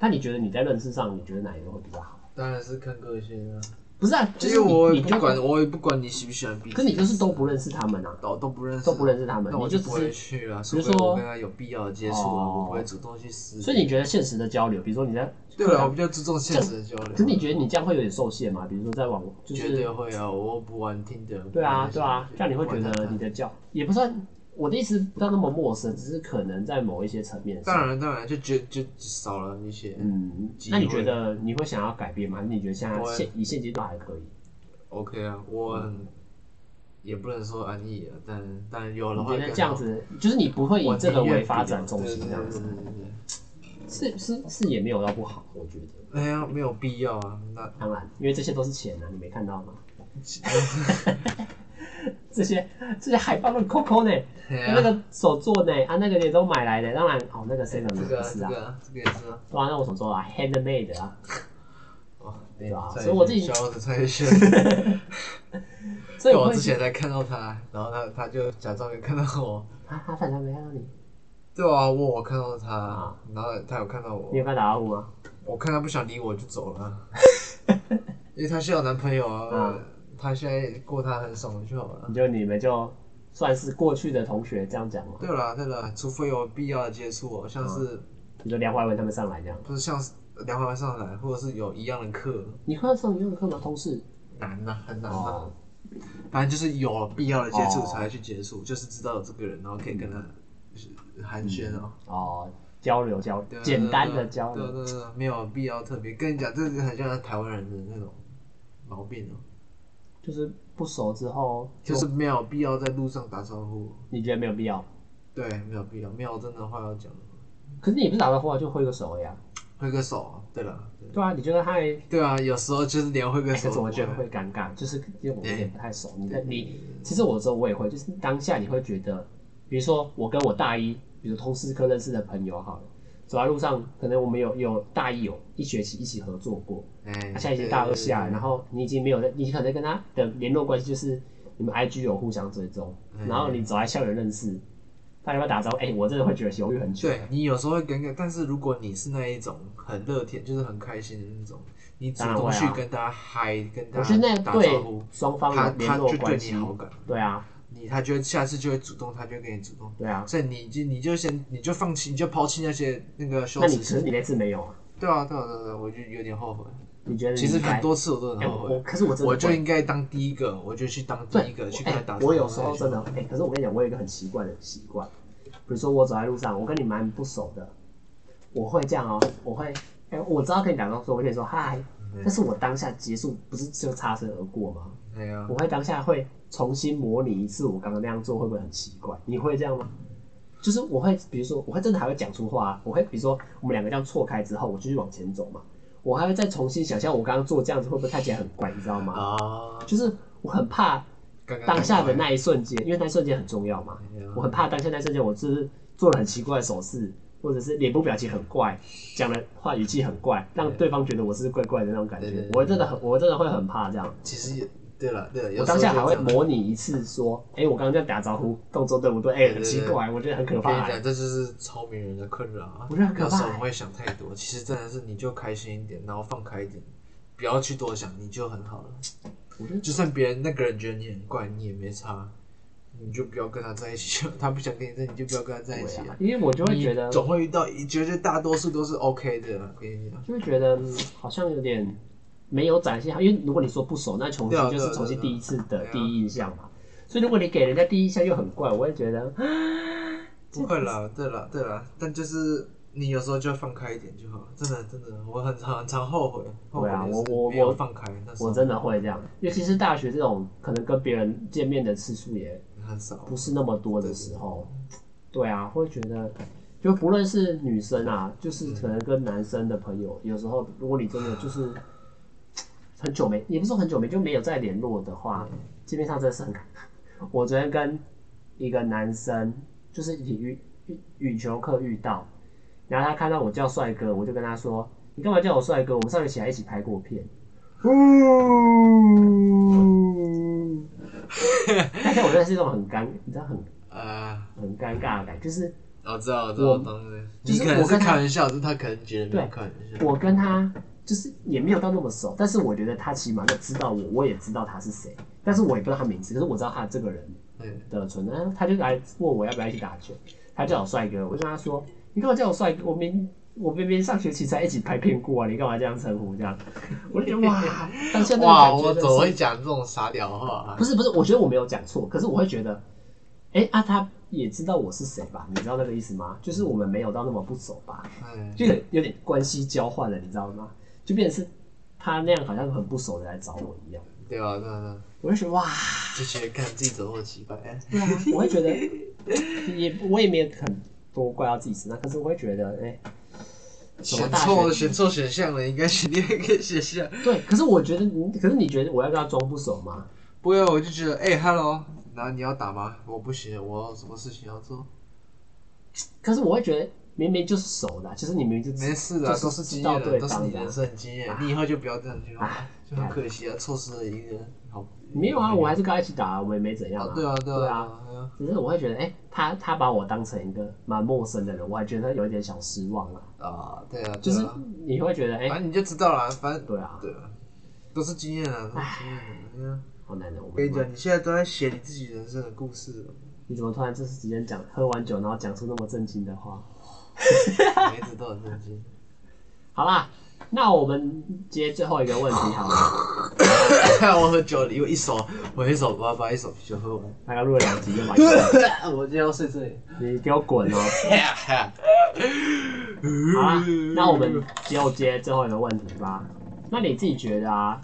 Speaker 1: 那你觉得你在认识上，你觉得哪一个会比较好？
Speaker 2: 当然是看个性啊，
Speaker 1: 不是啊，就
Speaker 2: 因
Speaker 1: 是
Speaker 2: 为
Speaker 1: 你
Speaker 2: 我
Speaker 1: 你
Speaker 2: 也
Speaker 1: 就
Speaker 2: 不，管，我也不管你喜不喜欢 B，
Speaker 1: 可是你就是都不认识他们啊，
Speaker 2: 都都不认识，
Speaker 1: 都不认识他们，
Speaker 2: 那我
Speaker 1: 你就
Speaker 2: 不
Speaker 1: 只是。
Speaker 2: 会去了，
Speaker 1: 比如
Speaker 2: 除
Speaker 1: 说
Speaker 2: 非我跟他有必要的接触，啊
Speaker 1: 哦
Speaker 2: 我不会主动去私。
Speaker 1: 所以你觉得现实的交流，比如说你在，
Speaker 2: 对啊了，我比较注重现实的交流。啊
Speaker 1: 可是你觉得你这样会有点受限吗？比如说在网，就
Speaker 2: 绝对
Speaker 1: 是
Speaker 2: 会啊，我不玩听的。
Speaker 1: 对啊对啊，这样你会觉得你的交也不算，我的意思不要那么陌生，只是可能在某一些层面上，
Speaker 2: 当然当然就觉就少了一些。
Speaker 1: 嗯，
Speaker 2: 机
Speaker 1: 那你
Speaker 2: 会
Speaker 1: 觉得你会想要改变吗？还是你觉得现在
Speaker 2: 不会
Speaker 1: 现以现阶段还可以？
Speaker 2: OK 啊，我
Speaker 1: 嗯
Speaker 2: 很也不能说安逸啊，但但有
Speaker 1: 你
Speaker 2: 的话
Speaker 1: 觉
Speaker 2: 更
Speaker 1: 得
Speaker 2: 好
Speaker 1: 这样子，就是你不会以
Speaker 2: 我
Speaker 1: 这个
Speaker 2: 宁愿
Speaker 1: 为发
Speaker 2: 比啊
Speaker 1: 展重心
Speaker 2: 对
Speaker 1: 这样子，
Speaker 2: 对对对对对
Speaker 1: 是是是也没有到不好，我觉得。
Speaker 2: 哎呀，没有必要啊。那
Speaker 1: 当然，因为这些都是钱啊，你没看到吗？ [LAUGHS] 这些这些海报都 Coco 呢，
Speaker 2: 哎呀
Speaker 1: 那个手做呢，啊那个也都买来的，当然哦那个 seven
Speaker 2: 这
Speaker 1: 不
Speaker 2: 个
Speaker 1: 是
Speaker 2: 这
Speaker 1: 啊，
Speaker 2: 个这个也是啊。
Speaker 1: 对啊那我手做啊 handmade 的啊，
Speaker 2: 哦，
Speaker 1: 对吧
Speaker 2: 蔡依
Speaker 1: 所以我自己
Speaker 2: 轩小的蔡
Speaker 1: [LAUGHS]
Speaker 2: 依轩，
Speaker 1: 所以
Speaker 2: 我
Speaker 1: 我会
Speaker 2: 之前才看到他，然后他他就假装没看到我。
Speaker 1: 啊他反正没看到你，
Speaker 2: 对啊，我我看到他
Speaker 1: 啊，
Speaker 2: 然后他有看到
Speaker 1: 你
Speaker 2: 我，
Speaker 1: 有跟他打招呼吗？ [LAUGHS]
Speaker 2: 我看他不想理我就走了。因为她需要男朋友啊
Speaker 1: 嗯，
Speaker 2: 她、现在过她很爽就好了。
Speaker 1: 你就你们就算是过去的同学这样讲嘛，
Speaker 2: 对啦对啦，除非有必要的接触哦，像
Speaker 1: 嗯
Speaker 2: 是、
Speaker 1: 你就梁怀文他们上来这样。
Speaker 2: 不是像是梁怀上来，或者是有一样的课，
Speaker 1: 你会上一样的课吗？同事？
Speaker 2: 难呐、很难呐、
Speaker 1: 哦，
Speaker 2: 反正就是有必要的接触
Speaker 1: 哦
Speaker 2: 才会去接触，就是知道有这个人，然后可以跟他寒暄哦。
Speaker 1: 哦，交流交
Speaker 2: 对
Speaker 1: 流，
Speaker 2: 啊
Speaker 1: 嗯简单的交
Speaker 2: 对啊
Speaker 1: 流。
Speaker 2: 对啊对啊，没有必要特别跟你讲，这是很像台湾人的那种毛病哦、
Speaker 1: 就是不熟之后，
Speaker 2: 就是没有必要在路上打招呼。
Speaker 1: 你觉得没有必要。
Speaker 2: 对，没有必要，没有真的话要讲，
Speaker 1: 可是你不打招呼啊，就挥个手呀。
Speaker 2: 挥个手啊。对了，对
Speaker 1: 对啊，你觉得嗨，欸
Speaker 2: 对啊，有时候就是连挥个
Speaker 1: 可
Speaker 2: 手
Speaker 1: 是
Speaker 2: 都不
Speaker 1: 我
Speaker 2: 会，
Speaker 1: 哎觉得会尴尬，就是因为我们有点不太熟。你在
Speaker 2: 对
Speaker 1: 你，其实我之后我也会，就是当下你会觉得，比如说我跟我大一，比如通识课认识的朋友好了，走在路上，可能我们有有大一有一学期一起合作过，
Speaker 2: 哎、
Speaker 1: 他现在已经大二下了，然
Speaker 2: 后
Speaker 1: 后你已经没有在，你可能跟他的联络关系就是你们 IG 有互相追踪，
Speaker 2: 嗯
Speaker 1: 然后你走在校园认识，他要不要打招呼？哎、我真的会觉得犹豫很久。
Speaker 2: 对你有时候会尴尬，但是如果你是那一种很乐天，就是很开心的那种，你主
Speaker 1: 当然
Speaker 2: 动
Speaker 1: 会啊
Speaker 2: 去跟大家嗨，跟大
Speaker 1: 我觉得
Speaker 2: 家
Speaker 1: 那
Speaker 2: 打
Speaker 1: 对
Speaker 2: 招呼，
Speaker 1: 双方
Speaker 2: 他
Speaker 1: 有联
Speaker 2: 他
Speaker 1: 络
Speaker 2: 就对
Speaker 1: 关
Speaker 2: 你
Speaker 1: 系，
Speaker 2: 好感，
Speaker 1: 对啊，
Speaker 2: 你他就会下次就会主动，他就会跟你主动。
Speaker 1: 对啊。
Speaker 2: 所以你就你就先你就放弃，你就抛弃那些那个羞
Speaker 1: 那你
Speaker 2: 耻
Speaker 1: 可是
Speaker 2: 心。
Speaker 1: 你那次没有啊？
Speaker 2: 对啊，对啊，对啊，对啊我就有点后悔。
Speaker 1: 你觉得你
Speaker 2: 其实
Speaker 1: 应该
Speaker 2: 很多次我都
Speaker 1: 哎
Speaker 2: 很后
Speaker 1: 我我
Speaker 2: 悔，
Speaker 1: 可是我真的
Speaker 2: 我就
Speaker 1: 会
Speaker 2: 应该当第一个，我就去当第
Speaker 1: 对
Speaker 2: 一个去
Speaker 1: 哎
Speaker 2: 跟他打招呼。
Speaker 1: 我有时候真的哎、可是我跟你讲，我有一个很奇怪的习惯，比如说我走在路上，我跟你蛮不熟的，我会这样哦、我会哎、我知道跟你打招呼，我会跟你说嗨，但是我当下结束不是就擦身而过吗？
Speaker 2: 哎呀
Speaker 1: 我，会当下会重新模拟一次我刚刚那样做，会不会很奇怪？你会这样吗？就是我会，比如说，我会真的还会讲出话啊、我会比如说我们两个这样错开之后，我继续往前走嘛，我还会再重新想象我刚刚做这样子会不会看起来很怪，你知道吗？
Speaker 2: 啊，
Speaker 1: 就是我很怕
Speaker 2: 刚刚
Speaker 1: 当下的那一瞬间，因为那一瞬间很重要嘛
Speaker 2: 哎呀，
Speaker 1: 我很怕当下那一瞬间，我就是做了很奇怪的手势，或者是脸部表情很怪，讲的话语气很怪，让对方觉得我是怪怪的那种感
Speaker 2: 对对
Speaker 1: 觉
Speaker 2: 对。
Speaker 1: 我真的很，我真的会很怕这样。
Speaker 2: 其实也对了，对了，有
Speaker 1: 我
Speaker 2: 时候
Speaker 1: 当下
Speaker 2: 就
Speaker 1: 还会
Speaker 2: 这样
Speaker 1: 模拟一次，说：“哎、我刚刚在打招呼，动作对不对？哎、很奇怪，我觉得很可
Speaker 2: 我跟
Speaker 1: 怕、
Speaker 2: 你讲，这就是超名人的困扰啊！
Speaker 1: 啊我觉得很可怕欸
Speaker 2: 有时候我们会想太多，其实真的是你就开心一点，然后放开一点，不要去多想，你就很好了。
Speaker 1: 我觉得
Speaker 2: 就算别人那个人觉得你很怪，你也没差，你就不要跟他在一起。 [LAUGHS] 他不想跟你在，你就不要跟他在一起
Speaker 1: 对啊
Speaker 2: 啊。
Speaker 1: 因为我就会觉得
Speaker 2: 你，总会遇到，绝对大多数都是 OK 的啊。我跟你讲，
Speaker 1: 就会觉得嗯好像有点没有展现好，因为如果你说不熟，那重
Speaker 2: 对啊
Speaker 1: 新就是
Speaker 2: 对啊
Speaker 1: 重新
Speaker 2: 对啊
Speaker 1: 第一次
Speaker 2: 对
Speaker 1: 的
Speaker 2: 啊
Speaker 1: 第一印象嘛。所以如果你给人家第一印象又很怪，我会觉得
Speaker 2: 不会啦，对啦，对啦，但就是。你有时候就放开一点就好了，真的真的，我很常很常后悔，后悔
Speaker 1: 对啊
Speaker 2: 就是
Speaker 1: 我我
Speaker 2: 没有
Speaker 1: 我
Speaker 2: 放开，那时候
Speaker 1: 我真的会这样。尤其是大学这种可能跟别人见面的次数也
Speaker 2: 很少，
Speaker 1: 不是那么多的时候，对啊，会觉得就不论是女生啊，就是可能跟男生的朋友，有时候如果你真的就是很久没，也不是说很久没，就没有再联络的话，基本上真的是很。 [LAUGHS] 我昨天跟一个男生，就是羽羽羽球课遇到，然后他看到我叫帅哥，我就跟他说：“你干嘛叫我帅哥？我们上学期还一起拍过片。”嗯，但是我觉得是一种很尴，你知道很
Speaker 2: 呃，
Speaker 1: 很尴尬的感觉，就是
Speaker 2: 我知道，我知道，当然，
Speaker 1: 就是
Speaker 2: 你可能
Speaker 1: 我
Speaker 2: 是
Speaker 1: 跟他
Speaker 2: 开玩笑，但他可能觉得没有
Speaker 1: 对
Speaker 2: 开玩笑。
Speaker 1: 我跟他就是也没有到那么熟，但是我觉得他起码都知道我，我也知道他是谁，但是我也不知道他名字，可是我知道他这个人
Speaker 2: 对，
Speaker 1: 的存在，他就来问我要不要一起打球，他叫我帅哥，我就跟他说，你干嘛叫我帅哥？我明我明明上学期才一起拍片过啊，你干嘛这样称呼这样？我就觉得哇，当下那
Speaker 2: 哇，
Speaker 1: 种
Speaker 2: 我
Speaker 1: 感觉真
Speaker 2: 怎么
Speaker 1: 的
Speaker 2: 会
Speaker 1: 是，
Speaker 2: 讲这种傻屌话啊
Speaker 1: 不？是不是，我觉得我没有讲错，可是我会觉得，哎、啊他也知道我是谁吧？你知道那个意思吗？就是我们没有到那么不熟吧？
Speaker 2: 哎，
Speaker 1: 就有有点关系交换了，你知道吗？就变成是他那样好像很不熟的来找我一样，
Speaker 2: 对啊，对啊，对啊，
Speaker 1: 我就觉得哇，
Speaker 2: 就觉得看自己走过几百，哎
Speaker 1: 对啊， [LAUGHS] 我会觉得也我也没有很多怪到自己身上，可是我会觉得哎、什么
Speaker 2: 选
Speaker 1: 大
Speaker 2: 错了，
Speaker 1: 学
Speaker 2: 选错选项了，应该选另外一个选项。
Speaker 1: 对，可是我觉得你，可是你觉得我要跟他装不熟吗？
Speaker 2: 不会，我就觉得，哎，hello，然后你要打吗？我不行，我有什么事情要做？
Speaker 1: 可是我会觉得明明就是熟的啊、就是你明明就
Speaker 2: 没事的，
Speaker 1: 就
Speaker 2: 都
Speaker 1: 是
Speaker 2: 是
Speaker 1: 知
Speaker 2: 经
Speaker 1: 道
Speaker 2: 验
Speaker 1: 对
Speaker 2: 的，都是
Speaker 1: 方
Speaker 2: 你
Speaker 1: 的啊
Speaker 2: 人。生经验，你以后就不要这样去用
Speaker 1: 啊，
Speaker 2: 就很可惜啊，错失了一个好。
Speaker 1: 没有啊，我还是跟他一起打啊，我们也没怎样
Speaker 2: 啊，对啊，对
Speaker 1: 对啊
Speaker 2: 啊，对啊
Speaker 1: 只是我会觉得，哎、他他把我当成一个蛮陌生的人，我还觉得有一点小失望啊。
Speaker 2: 啊，对啊，
Speaker 1: 就是
Speaker 2: 对啊
Speaker 1: 你会觉得，哎、
Speaker 2: 反正你就知道了，反正
Speaker 1: 对啊，
Speaker 2: 对啊，都是经验啊，都是经验啊。对啊
Speaker 1: 好难的。哦我
Speaker 2: 我跟
Speaker 1: 们
Speaker 2: 你讲，你现在都在写你自己人生的故 [LAUGHS] 事了，
Speaker 1: 你怎么突然这时间讲喝完酒，然后讲出那么正经的话？
Speaker 2: 每一直都很震惊。 [LAUGHS]
Speaker 1: 好啦，那我们接最后一个问题好了。
Speaker 2: 我喝酒了，因为一手我一手把把一手啤酒喝 [LAUGHS] 完，
Speaker 1: 大概录了两集就完了，
Speaker 2: 我今天要睡这 [LAUGHS] 里。啊
Speaker 1: 你给我滚哦！好
Speaker 2: 好
Speaker 1: 啦，那我们就接最后一个问题吧。那你自己觉得啊，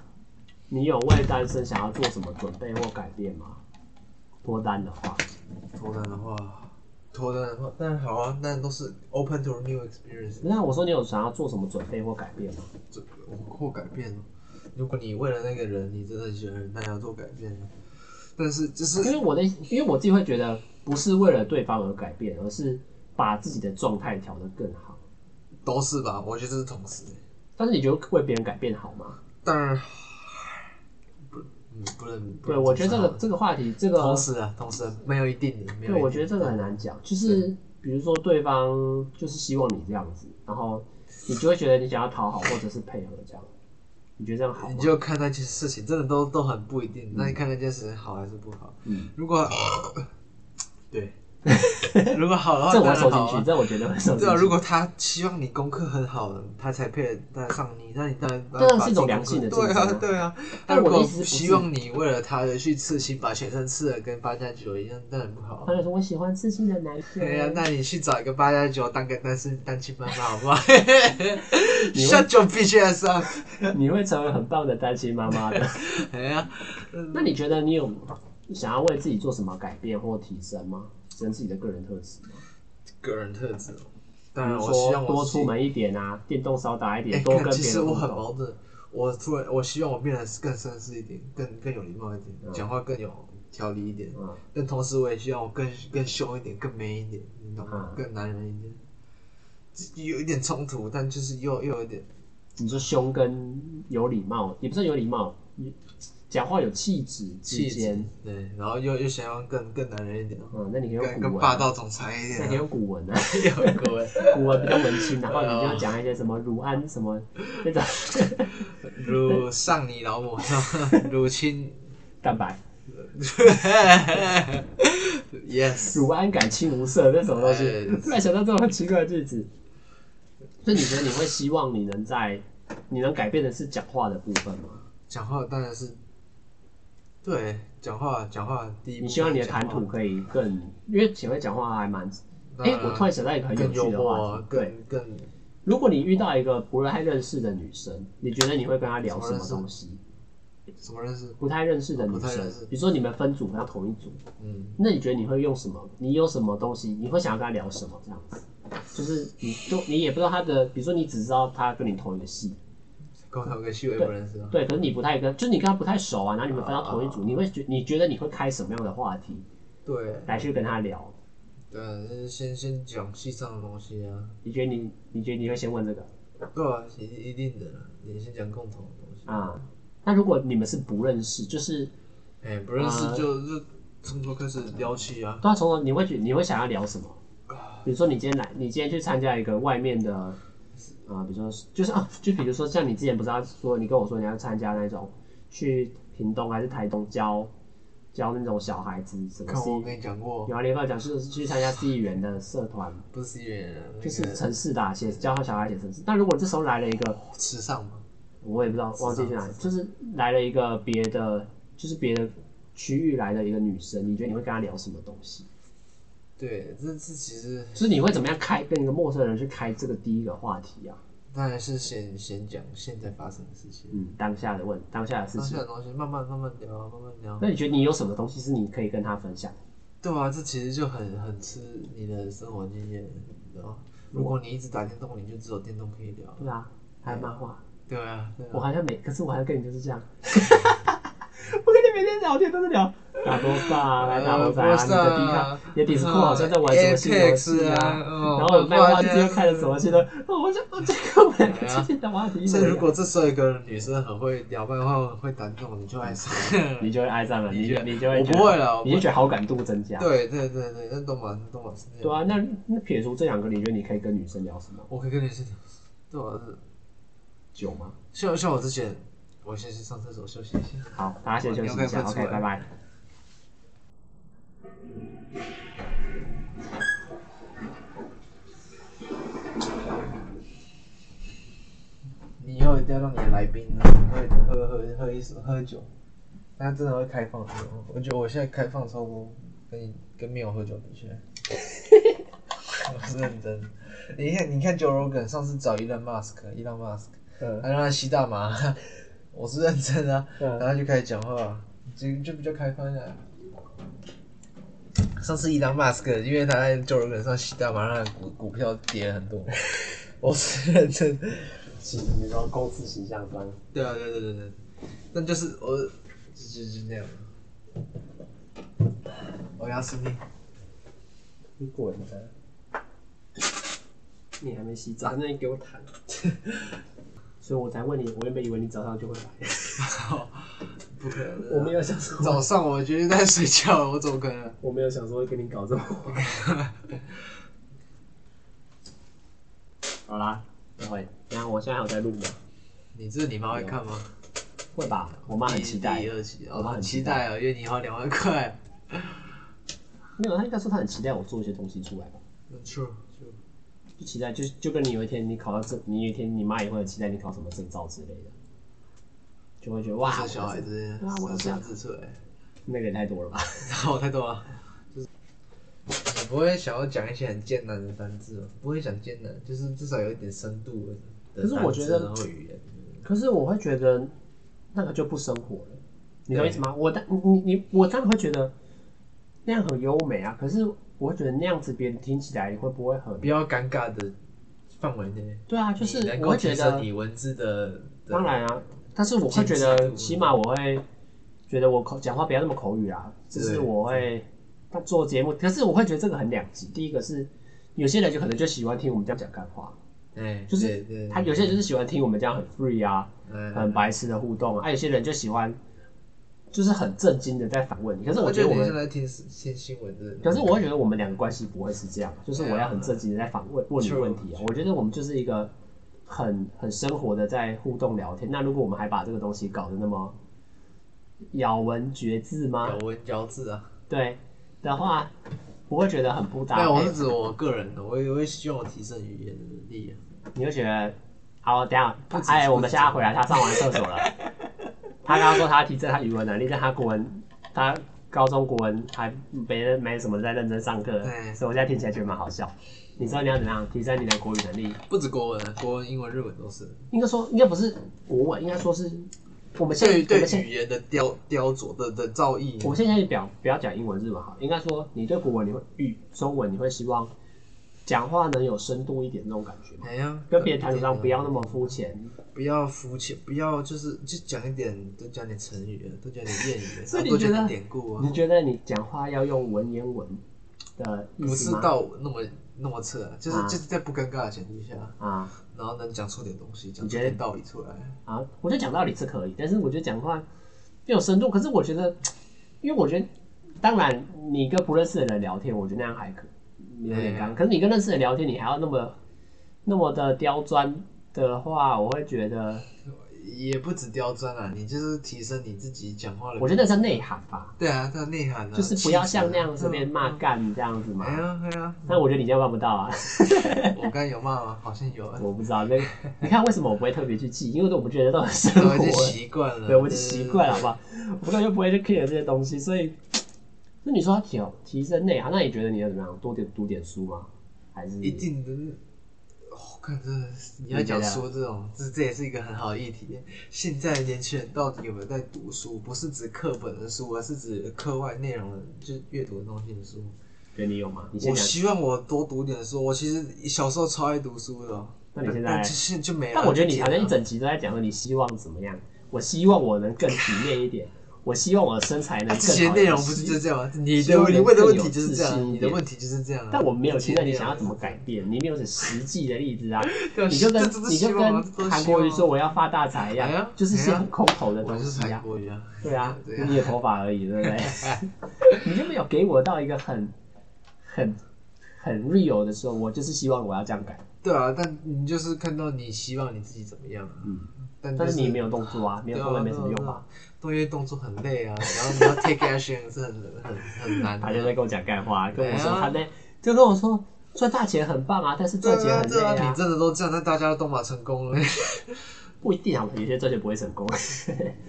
Speaker 1: 你有为单身想要做什么准备或改变吗？脱单的话，
Speaker 2: 脱单的话，脱单的话，但好啊，那都是 open to new experience，
Speaker 1: 那我说你有想要做什么准备或改变吗？
Speaker 2: 这或改变哦。如果你为了那个人，你真的喜欢，那你要做改变哦。但是就是
Speaker 1: 因为我的，因为我自己会觉得，不是为了对方而改变，而是把自己的状态调得更好。
Speaker 2: 都是吧，我觉得这是同时。
Speaker 1: 但是你觉得为别人改变好吗？
Speaker 2: 当然，不，嗯，不能。不
Speaker 1: 对，
Speaker 2: 能
Speaker 1: 我觉得这
Speaker 2: 这
Speaker 1: 个
Speaker 2: 么
Speaker 1: 这个话题，这
Speaker 2: 说
Speaker 1: 个
Speaker 2: 同时啊，同时没有一定的，没有一定
Speaker 1: 对，
Speaker 2: 的。
Speaker 1: 我觉得这个很难讲。就是比如说，对方就是希望你这样子，然后你就会觉得你想要讨好或者是配合这样，你觉得这样好
Speaker 2: 你
Speaker 1: 吗？
Speaker 2: 就看那件事情，真的都都很不一定。那你看那件事情好还是不好？
Speaker 1: 嗯，
Speaker 2: 如果 [COUGHS] 对，如果好的话，
Speaker 1: 这我会
Speaker 2: 当
Speaker 1: 收
Speaker 2: 然好
Speaker 1: 进
Speaker 2: 啊
Speaker 1: 去，。这我绝对会收进
Speaker 2: 对啊，如
Speaker 1: 去。
Speaker 2: 果他希望你功课很好，他才配得上你，那你当然
Speaker 1: 这啊是一种良性的竞
Speaker 2: 对
Speaker 1: 争
Speaker 2: 啊
Speaker 1: 啊，
Speaker 2: 对啊。
Speaker 1: 但
Speaker 2: 如
Speaker 1: 我的
Speaker 2: 果
Speaker 1: 意思是不是
Speaker 2: 希望你为了他而去刺青，把全身刺的跟八加九一样，当然不好啊
Speaker 1: 他。就说我喜欢刺青的男生，
Speaker 2: 对呀、啊那你去找一个八加九当个单身单亲妈妈好不好
Speaker 1: [LAUGHS]
Speaker 2: [LAUGHS]
Speaker 1: 你
Speaker 2: ？Shut your bitch ass up！
Speaker 1: 你会成为很棒的单亲妈
Speaker 2: [LAUGHS]
Speaker 1: 妈的。
Speaker 2: 啊哎呀，
Speaker 1: 那你觉得你有想要为自己做什么改变或提升吗？提升自己的个人特质吗？
Speaker 2: 个人特质哦。当
Speaker 1: 比
Speaker 2: 然，
Speaker 1: 如
Speaker 2: 我希望
Speaker 1: 说
Speaker 2: 我
Speaker 1: 多
Speaker 2: 自己
Speaker 1: 出门一点啊，电动少打一
Speaker 2: 哎
Speaker 1: 点，多
Speaker 2: 看
Speaker 1: 跟
Speaker 2: 其
Speaker 1: 别
Speaker 2: 实
Speaker 1: 人
Speaker 2: 我
Speaker 1: 互
Speaker 2: 很
Speaker 1: 动。
Speaker 2: 矛盾，我突然我希望我变得更绅士一点，更更有礼貌一点，讲话更有条理一点。
Speaker 1: 嗯
Speaker 2: 但同时我也希望我更更凶一点，更 man 一点，你懂吗？
Speaker 1: 嗯
Speaker 2: 更男人一点，这有一点冲突，但就是又又有点
Speaker 1: 你说凶跟有礼貌，也不是有礼貌，你讲话有气质之
Speaker 2: 气质
Speaker 1: 间。，
Speaker 2: 对，然后又又想要更更男人一点，
Speaker 1: 嗯，那你可以用
Speaker 2: 更
Speaker 1: 古
Speaker 2: 更
Speaker 1: 文啊，
Speaker 2: 霸道总裁一
Speaker 1: [LAUGHS] 那你可以
Speaker 2: 点啊，
Speaker 1: 用古文啊，
Speaker 2: 有各 [LAUGHS] 位，
Speaker 1: 古文比较文青，然后你
Speaker 2: 哦
Speaker 1: 就讲一些什么汝安什么那种 [LAUGHS]
Speaker 2: 如上你老母， [LAUGHS]
Speaker 1: [LAUGHS]
Speaker 2: 乳亲
Speaker 1: 蛋白，
Speaker 2: [LAUGHS] ，yes，
Speaker 1: 汝安感亲无色，那什么东
Speaker 2: 哎
Speaker 1: 西？突然想到这种很奇怪的句子，所以你觉得你会希望你能在你能改变的是讲话的部分吗？
Speaker 2: 讲话当然是，对，讲话讲话第一步
Speaker 1: 你
Speaker 2: 就是
Speaker 1: 希望
Speaker 2: 讲话，
Speaker 1: 你的谈吐可以更，因为前面讲话还蛮……
Speaker 2: 当
Speaker 1: 哎、
Speaker 2: 然
Speaker 1: 我突然想到一个很有
Speaker 2: 更幽
Speaker 1: 趣的
Speaker 2: 默
Speaker 1: 话题
Speaker 2: 啊，，
Speaker 1: 对。
Speaker 2: 更更
Speaker 1: 如果你遇到一个不太认识的女生，你觉得你会跟她聊什么东西？
Speaker 2: 什么认识？
Speaker 1: 不太认识的女
Speaker 2: 不太
Speaker 1: 生
Speaker 2: 认识，
Speaker 1: 比如说你们分组，然后同一组，
Speaker 2: 嗯，
Speaker 1: 那你觉得你会用什么？你有什么东西？你会想要跟她聊什么？这样子，就是你都你也不知道她的，比如说你只知道她跟你同一个系，
Speaker 2: 共同个系我也不认识啊。
Speaker 1: 对，可是你不太跟，就是你跟她不太熟啊，然后你们分到同一组，你会觉你觉得你会开什么样的话题
Speaker 2: 对
Speaker 1: 来去跟她聊？
Speaker 2: 对啊，就是先先讲系上的东西啊。
Speaker 1: 你觉得你你觉得你会先问这个
Speaker 2: 对啊，一定一定的啦，你先讲共同的东西。
Speaker 1: 啊？那如果你们是不认识，就是
Speaker 2: 哎，不认识
Speaker 1: 啊
Speaker 2: 就就从头开始聊起啊。
Speaker 1: 对啊，从头你会觉你会想要聊什么？比如说你今天来，你今天去参加一个外面的，啊、比如说就是啊，就比如说像你之前不是要说你跟我说你要参加那种去屏东还是台东教教那种小孩子什么
Speaker 2: 看我
Speaker 1: C，
Speaker 2: 跟你讲过，
Speaker 1: 有啊，联合讲就是去参加 C 议员的社团，
Speaker 2: 不是 C 人啊，那
Speaker 1: 就是
Speaker 2: 个
Speaker 1: 城市打写教小孩写城市。但如果这时候来了一个，
Speaker 2: 时尚嘛。
Speaker 1: 我也不知道忘记去哪里，就是来了一个别的，就是别的区域来的一个女生，你觉得你会跟她聊什么东西？
Speaker 2: 对，这这其实
Speaker 1: 就是你会怎么样开跟一个陌生人去开这个第一个话题啊？
Speaker 2: 当然是先先讲现在发生的事情，
Speaker 1: 嗯，当下的问当下的事
Speaker 2: 当下
Speaker 1: 情。
Speaker 2: 的东西慢慢慢慢聊啊，慢慢聊。
Speaker 1: 那你觉得你有什么东西是你可以跟他分享？
Speaker 2: 对啊，这其实就很很吃你的生活经验，然后如果你一直打电动，你就只有电动可以聊。
Speaker 1: 对啊，还有漫画，
Speaker 2: 对啊，对
Speaker 1: 我
Speaker 2: 啊，
Speaker 1: 好像每，可是我好像跟你就是这样， [LAUGHS] 我跟你每天聊天都是聊打 boss 啊，来打 boss 啊，你的 D 卡，你的 d i s 好像在玩
Speaker 2: 呃
Speaker 1: 什么新游戏啊，
Speaker 2: 哦
Speaker 1: 然后漫画今天看了什么新的，我就我这个我两个之间的话题一模一样，
Speaker 2: 所以如果这时候有个女生很会聊漫画，很会打电动，你就
Speaker 1: [LAUGHS]
Speaker 2: 爱上。
Speaker 1: 你就会爱上了，你
Speaker 2: 你觉
Speaker 1: 就
Speaker 2: 得
Speaker 1: 你就会
Speaker 2: 我
Speaker 1: 觉
Speaker 2: 不
Speaker 1: 得
Speaker 2: 会啦我不
Speaker 1: 你就觉得好感度增加。
Speaker 2: 对对对对，那动漫动漫是那
Speaker 1: 对
Speaker 2: 样。
Speaker 1: 啊，那那撇除这两个，你觉得你可以跟女生聊什么？
Speaker 2: 我可以跟你是，对啊，
Speaker 1: 酒吗？
Speaker 2: 像像我之前，我我先去上厕所休息一下。
Speaker 1: 好，大家先休息一下
Speaker 2: 我
Speaker 1: ，OK，
Speaker 2: 尿
Speaker 1: 拜
Speaker 2: 快
Speaker 1: 拜。
Speaker 2: 你以后一定要让你的来宾呢，会喝喝喝一喝酒，他真的会开放的。我觉得我现在开放超过跟你跟没有喝酒比起来，我是认真。你看，你看 Joe Rogan 上次找 Elon Musk，Elon Musk，
Speaker 1: 嗯
Speaker 2: 他让他吸大麻，我是认真的、啊，
Speaker 1: 嗯
Speaker 2: 然后就开始讲话，就就比较开放了、上次 Elon Musk 因为他在 Joe Rogan 上吸大麻，让他的股股票跌了很多，我是认真。
Speaker 1: 其实你说公司形象端，
Speaker 2: 对啊，对对对对，那就是我就就就那样。我要死你！
Speaker 1: 你滚的！你还没洗澡，那你给我躺。 [LAUGHS] 所以我才问你，我原本以为你早上就会来，
Speaker 2: [LAUGHS] 不可能、啊
Speaker 1: 我没有想说，
Speaker 2: 早上我绝对在睡觉了，我怎么可
Speaker 1: [LAUGHS]
Speaker 2: 能？
Speaker 1: 我没有想说会跟你搞这么晚。好啦，等会，然后我现在还有在录吗？
Speaker 2: 你这你妈会看吗？
Speaker 1: 会吧，我妈很期待
Speaker 2: 第。二集，
Speaker 1: 我
Speaker 2: 哦，
Speaker 1: 妈很
Speaker 2: 很
Speaker 1: 期
Speaker 2: 期
Speaker 1: 待
Speaker 2: 待哦，因为你花两万块。
Speaker 1: 没有，她应该说她很期待我做一些东西出来吧。
Speaker 2: True，
Speaker 1: 就期待，就就跟你有一天你考到证，你有一天你妈也会很期待你考什么证照之类的，就会觉得哇，
Speaker 2: 这小孩子
Speaker 1: 哇我
Speaker 2: 我
Speaker 1: 的
Speaker 2: 想
Speaker 1: 天
Speaker 2: 自出来，
Speaker 1: 那个也太多了吧？
Speaker 2: 然后太多了。就是你不会想要讲一些很艰难的单字吗？不会讲艰难，就是至少有一点深度的
Speaker 1: 可是我觉得
Speaker 2: 单字然后语言，
Speaker 1: 可是我会觉得那个就不生活了，你懂我意思吗？我当你你你我当然会觉得那样很优美啊，可是我会觉得那样子别人听起来会不会很
Speaker 2: 比较尴尬的范围内。
Speaker 1: 对啊？就是
Speaker 2: 你能
Speaker 1: 我
Speaker 2: 够
Speaker 1: 会觉
Speaker 2: 提
Speaker 1: 得
Speaker 2: 升你文字的，的
Speaker 1: 当然啊，但是我会觉
Speaker 2: 精致
Speaker 1: 得
Speaker 2: 度
Speaker 1: 起码我会觉得我口讲话不要那么口语啊，就是我会但做节目，可是我会觉得这个很两极。第一个是有些人就可能就喜欢听我们这样讲干话，
Speaker 2: 哎，
Speaker 1: 就是
Speaker 2: 对对
Speaker 1: 他有些人就是喜欢听我们这样很 free 啊，
Speaker 2: 嗯
Speaker 1: 很白痴的互动啊，啊有些人就喜欢，就是很震惊的在反问你。可是
Speaker 2: 我
Speaker 1: 我
Speaker 2: 觉
Speaker 1: 觉得
Speaker 2: 得你
Speaker 1: 我
Speaker 2: 现
Speaker 1: 们，
Speaker 2: 在听听新闻的，
Speaker 1: 可是我会觉得我们两个关系不会是这样，就是我要很震惊的在反问问你
Speaker 2: True，
Speaker 1: 问题啊。我觉得我们就是一个很很生活的在互动聊天。那如果我们还把这个东西搞得那么咬文嚼字吗
Speaker 2: 嗯咬？文嚼字啊。
Speaker 1: 对的话，我会觉得很不搭
Speaker 2: 没有，啊我
Speaker 1: 配
Speaker 2: 是。指我个人的，我也会希望我提升语言的能力啊。
Speaker 1: 你会觉得，好，等一下
Speaker 2: 不，止
Speaker 1: 哎，
Speaker 2: 不
Speaker 1: 我们
Speaker 2: 止
Speaker 1: 现在回来，他上完厕所
Speaker 2: [LAUGHS]
Speaker 1: 了。他刚刚说他提升他语文能力，但他国文，他高中国文还没人没什么在认真上课，
Speaker 2: 对
Speaker 1: 所以我现在听起来觉得蛮好笑。你说你要怎么样提升你的国语能力？
Speaker 2: 不止国文啊，国文、英文、日文都是。
Speaker 1: 应该说，应该不是国文，应该说是我们现在
Speaker 2: 对于
Speaker 1: 我
Speaker 2: 对
Speaker 1: 们现在
Speaker 2: 语言的雕雕琢的的造诣，啊
Speaker 1: 我们现在表不要讲英文日文好了，应该说你对国文你会语中文你会希望讲话能有深度一点那种感觉吗？
Speaker 2: 哎呀，啊
Speaker 1: 跟别人谈吐上不要那么肤浅，
Speaker 2: 不要肤浅，不要就是就讲一点，多讲点成语啊，多讲点谚语啊，
Speaker 1: 所以你
Speaker 2: 多
Speaker 1: 觉
Speaker 2: 讲
Speaker 1: 得
Speaker 2: 点典故啊
Speaker 1: 你，觉得你讲话要用文言文的意
Speaker 2: 不
Speaker 1: 思
Speaker 2: 是
Speaker 1: 吗？
Speaker 2: 到那么那么扯啊，就是
Speaker 1: 啊
Speaker 2: 就是在不尴尬的前提下，
Speaker 1: 啊
Speaker 2: 然后能讲出点东西，讲
Speaker 1: 你
Speaker 2: 出
Speaker 1: 觉得
Speaker 2: 点道理出来。
Speaker 1: 啊，我觉得讲道理是可以，但是我觉得讲话没有深度。可是我觉得，因为我觉得，当然你跟不认识的人聊天，我觉得那样还可有点
Speaker 2: 啊
Speaker 1: 尴尬。可是你跟认识的人聊天，你还要那么那么的刁钻的话，我会觉得，
Speaker 2: 也不止刁钻啊，你就是提升你自己讲话的。
Speaker 1: 我觉得那是内涵吧，
Speaker 2: 对啊，它的内涵啊，
Speaker 1: 就是不要像那样
Speaker 2: 子
Speaker 1: 随便骂干这样子嘛
Speaker 2: 哎。呀哎呀，哎
Speaker 1: 但我觉得你这样办不到啊。
Speaker 2: 我刚刚有骂吗？好像有啊，
Speaker 1: 我不知道那个，你看为什么我不会特别去记？因为 [LAUGHS] 我们觉得都很生
Speaker 2: 我
Speaker 1: 活
Speaker 2: 已经习惯了。
Speaker 1: 对，我已经习惯了，好不好？我根本就不会去 care 这些东西，所以，那你说他提提升内涵，那你觉得你要怎么样？多点读点书吗？还是
Speaker 2: 对，一定的。我看这你要讲说这种，这这也是一个很好的议题。现在年轻人到底有没有在读书？不是指课本的书，而是指课外内容的，就是阅读的东西的书。
Speaker 1: 觉得你有吗？你现
Speaker 2: 我
Speaker 1: 在，
Speaker 2: 希望我多读点书。我其实小时候超爱读书的哦，
Speaker 1: 那你现在
Speaker 2: 但，现就没了。
Speaker 1: 但我觉得你
Speaker 2: 就啊
Speaker 1: 好像
Speaker 2: 这样
Speaker 1: 一整集都在讲说你希望怎么样？我希望我能更体面一点，我希望我的身材能更好
Speaker 2: 这
Speaker 1: 一
Speaker 2: 些
Speaker 1: 点。
Speaker 2: 内容不是就这样吗？你
Speaker 1: 希望
Speaker 2: 的
Speaker 1: 能
Speaker 2: 你问的
Speaker 1: 更
Speaker 2: 问
Speaker 1: 有
Speaker 2: 题就是这
Speaker 1: 自信一
Speaker 2: 样，你的
Speaker 1: 点
Speaker 2: 问题就是这样啊。
Speaker 1: 但我没有听到你
Speaker 2: 这些内容
Speaker 1: 想要怎么改变，你没有实际的例
Speaker 2: [LAUGHS]
Speaker 1: 子啊！
Speaker 2: 对啊
Speaker 1: 你就跟
Speaker 2: 这这是
Speaker 1: 你就
Speaker 2: 希望啊这都
Speaker 1: 跟
Speaker 2: 是
Speaker 1: 韩
Speaker 2: 希望
Speaker 1: 国
Speaker 2: 啊
Speaker 1: 瑜说我要发大财一
Speaker 2: 哎呀
Speaker 1: 样，就是些很空头的
Speaker 2: 我
Speaker 1: 东
Speaker 2: 就是
Speaker 1: 西
Speaker 2: 韩
Speaker 1: 啊。
Speaker 2: 国语啊，
Speaker 1: 对啊，
Speaker 2: 对啊
Speaker 1: 你的头发而已，对不
Speaker 2: [LAUGHS]
Speaker 1: 对？你就没有给我到一个很、很、很 real 的时候，我就是希望我要这样改。
Speaker 2: 对啊，但你就是看到你希望你自己怎么样啊？
Speaker 1: 嗯
Speaker 2: 但就
Speaker 1: 但是你没
Speaker 2: 有
Speaker 1: 有动作啊，没有动作没什么用吧？？
Speaker 2: 对啊对啊对啊因为动作很累啊，然后你要 take action 是很很很
Speaker 1: [LAUGHS]
Speaker 2: 难的。
Speaker 1: 他就在跟我讲干话，跟我说
Speaker 2: 啊对啊
Speaker 1: 他在就跟我说赚大钱很棒啊，但是
Speaker 2: 对
Speaker 1: 赚钱
Speaker 2: 啊
Speaker 1: 很
Speaker 2: 对
Speaker 1: 累
Speaker 2: 啊，你
Speaker 1: 啊，
Speaker 2: 真的都这样，那大家都马成功了。 [LAUGHS]
Speaker 1: 不一定啊，有些赚钱不会成功。 [LAUGHS]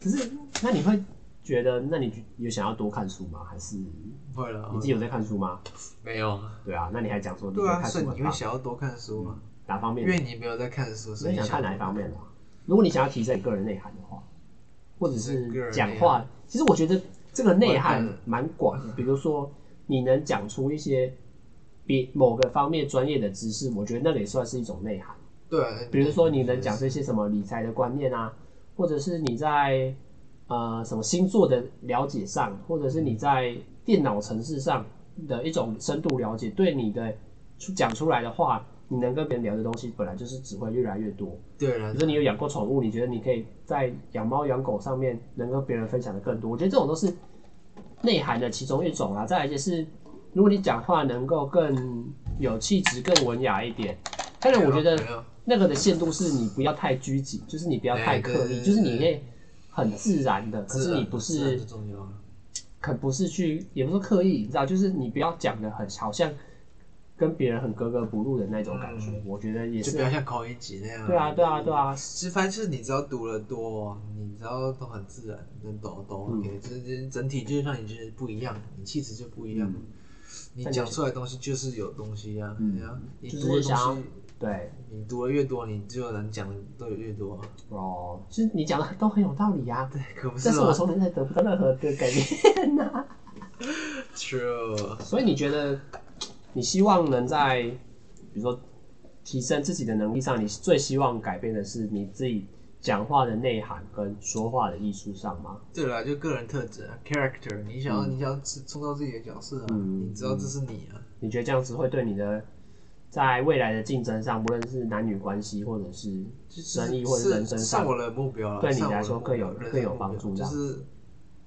Speaker 1: 可是那你会觉得，那你有想要多看书吗？还是你
Speaker 2: 会了，
Speaker 1: 自己有在看书吗？
Speaker 2: 没有？
Speaker 1: 对啊，那你还讲说你
Speaker 2: 对
Speaker 1: 在
Speaker 2: 啊，
Speaker 1: 看
Speaker 2: 所以
Speaker 1: 书
Speaker 2: 你
Speaker 1: 很
Speaker 2: 会
Speaker 1: 棒，
Speaker 2: 想要多看书嘛？
Speaker 1: 哪方面
Speaker 2: 因？为你没有在看书，所以
Speaker 1: 你想看哪一方面的啊、如果你想要提升你个人内涵的话，或者是讲话，其实我觉得这个内涵蛮广的。比如说，你能讲出一些比某个方面专业的知识，我觉得那个也算是一种内涵。
Speaker 2: 对啊，
Speaker 1: 比如说，你能讲这些什么理财的观念啊，或者是你在呃什么星座的了解上，或者是你在电脑程式上的一种深度了解，对你的出讲出来的话，你能跟别人聊的东西，本来就是只会越来越多。
Speaker 2: 对了
Speaker 1: 比如，说你有养过宠物，你觉得你可以在养猫养狗上面能跟别人分享的更多，我觉得这种都是内涵的其中一种啦。啊再来就是，如果你讲话能够更有气质、更文雅一点，当然我觉得
Speaker 2: 没有
Speaker 1: 那个的限度是你不要太拘谨，就是你不要太刻意，
Speaker 2: 对对对对啊
Speaker 1: 就是你可以很自然的，可
Speaker 2: 自
Speaker 1: 是
Speaker 2: 然
Speaker 1: 你不
Speaker 2: 自然
Speaker 1: 是
Speaker 2: 就重要啊了。
Speaker 1: 很不是去，也不是说刻意，你知道，就是你不要讲的很好像跟别人很格格不入的那种感觉，我觉得也
Speaker 2: 嗯
Speaker 1: 啊
Speaker 2: 就是嗯不。要像口音集那样。
Speaker 1: 对啊，对啊，对。啊，
Speaker 2: 其实反正就是你只要读的多，你只要都很自然，能懂懂，
Speaker 1: 嗯
Speaker 2: 给这这整体就是让你觉得不一样，你气质就不一样。
Speaker 1: 嗯
Speaker 2: 你讲出来的东西就是有东西啊，对啊，你
Speaker 1: 就是
Speaker 2: 读的
Speaker 1: 想要
Speaker 2: 东西，
Speaker 1: 对，
Speaker 2: 你读的越多，你就能讲的都有越多。
Speaker 1: 哦，其实你讲的都很有道理啊，
Speaker 2: 对，可不是
Speaker 1: 但是我
Speaker 2: 吗
Speaker 1: 从你那得不到任何的改变呐、[LAUGHS]
Speaker 2: ？True。
Speaker 1: 所以你觉得，你希望能在，比如说提升自己的能力上，你最希望改变的是你自己讲话的内涵跟说话的艺术上吗？
Speaker 2: 对啦，就个人特质啊，character，你想要、你想要创造自己的角色啊，
Speaker 1: 嗯
Speaker 2: 你知道这是你啊，
Speaker 1: 你觉得这样子会对你的在未来的竞争上，无论是男女关系或者是
Speaker 2: 就
Speaker 1: 生意嗯或者
Speaker 2: 是
Speaker 1: 人生
Speaker 2: 是
Speaker 1: 上
Speaker 2: 上我的目标了，
Speaker 1: 对你
Speaker 2: 上我的
Speaker 1: 来说
Speaker 2: 目
Speaker 1: 更有
Speaker 2: 标人生
Speaker 1: 更有
Speaker 2: 目标
Speaker 1: 帮助这
Speaker 2: 就
Speaker 1: 样
Speaker 2: 是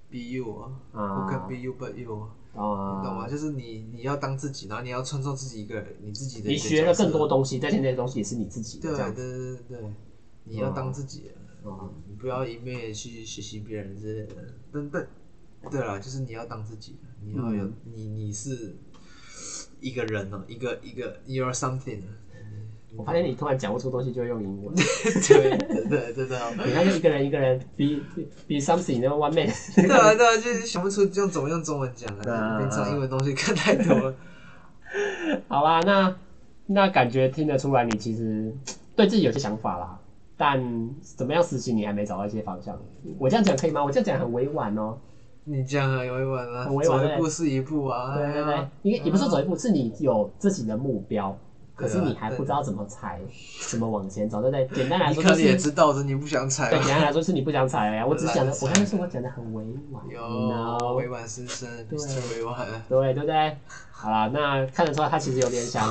Speaker 2: be you 啊
Speaker 1: 啊
Speaker 2: ，who can be you but you，啊、你懂
Speaker 1: 啊，
Speaker 2: 吗？就是你你要当自己，然后你要创造自己一个你自己的，
Speaker 1: 你学了更多，东西，但是那些东西也是你自己的
Speaker 2: 对
Speaker 1: 这样
Speaker 2: 对
Speaker 1: 子
Speaker 2: 对对对，你要当自己啊、
Speaker 1: 啊。
Speaker 2: 你不要一味去学习别人之类的，但但对啦，就是你要当自己，啊你
Speaker 1: 嗯
Speaker 2: 要有、你你是一个人哦、一个一个 you
Speaker 1: [LAUGHS]
Speaker 2: are something，
Speaker 1: 我发现你突然讲不出东西，就会用英文。
Speaker 2: 对对对对对啊，
Speaker 1: [LAUGHS] 你看，就一个人一个人比比比 something 那个 one man，
Speaker 2: 对啊对啊，就是想不出用怎么用中文讲啊，
Speaker 1: 嗯
Speaker 2: 平常英文东西看太多了，
Speaker 1: [LAUGHS] 好啦，那那感觉听得出来，你其实对自己有些想法啦，但怎么样实行你还没找到一些方向。我这样讲可以吗？我这样讲很委婉哦、
Speaker 2: 你这样很委婉啊
Speaker 1: 很，委婉欸
Speaker 2: 走一步是一步啊，
Speaker 1: 对对
Speaker 2: 哎
Speaker 1: 对
Speaker 2: 呀，
Speaker 1: 因为也不是说走一步，是你有自己的目标，可
Speaker 2: 啊
Speaker 1: 是你还不知道怎么踩，怎么往前走，对不对？简单来
Speaker 2: 你
Speaker 1: 说
Speaker 2: 可
Speaker 1: 就
Speaker 2: 能
Speaker 1: 啊
Speaker 2: 也
Speaker 1: 是。
Speaker 2: 知道的，你不想踩
Speaker 1: 对，
Speaker 2: 啊
Speaker 1: 简，单来说是你不想踩啊呀、我只是讲的，我
Speaker 2: 懒
Speaker 1: 刚才
Speaker 2: 得踩
Speaker 1: 说我讲的很委婉
Speaker 2: 啊有
Speaker 1: ，no，
Speaker 2: 委婉失身，
Speaker 1: 对
Speaker 2: 是委婉，啊
Speaker 1: 对对不对？好啦，那看得出来他其实有点想，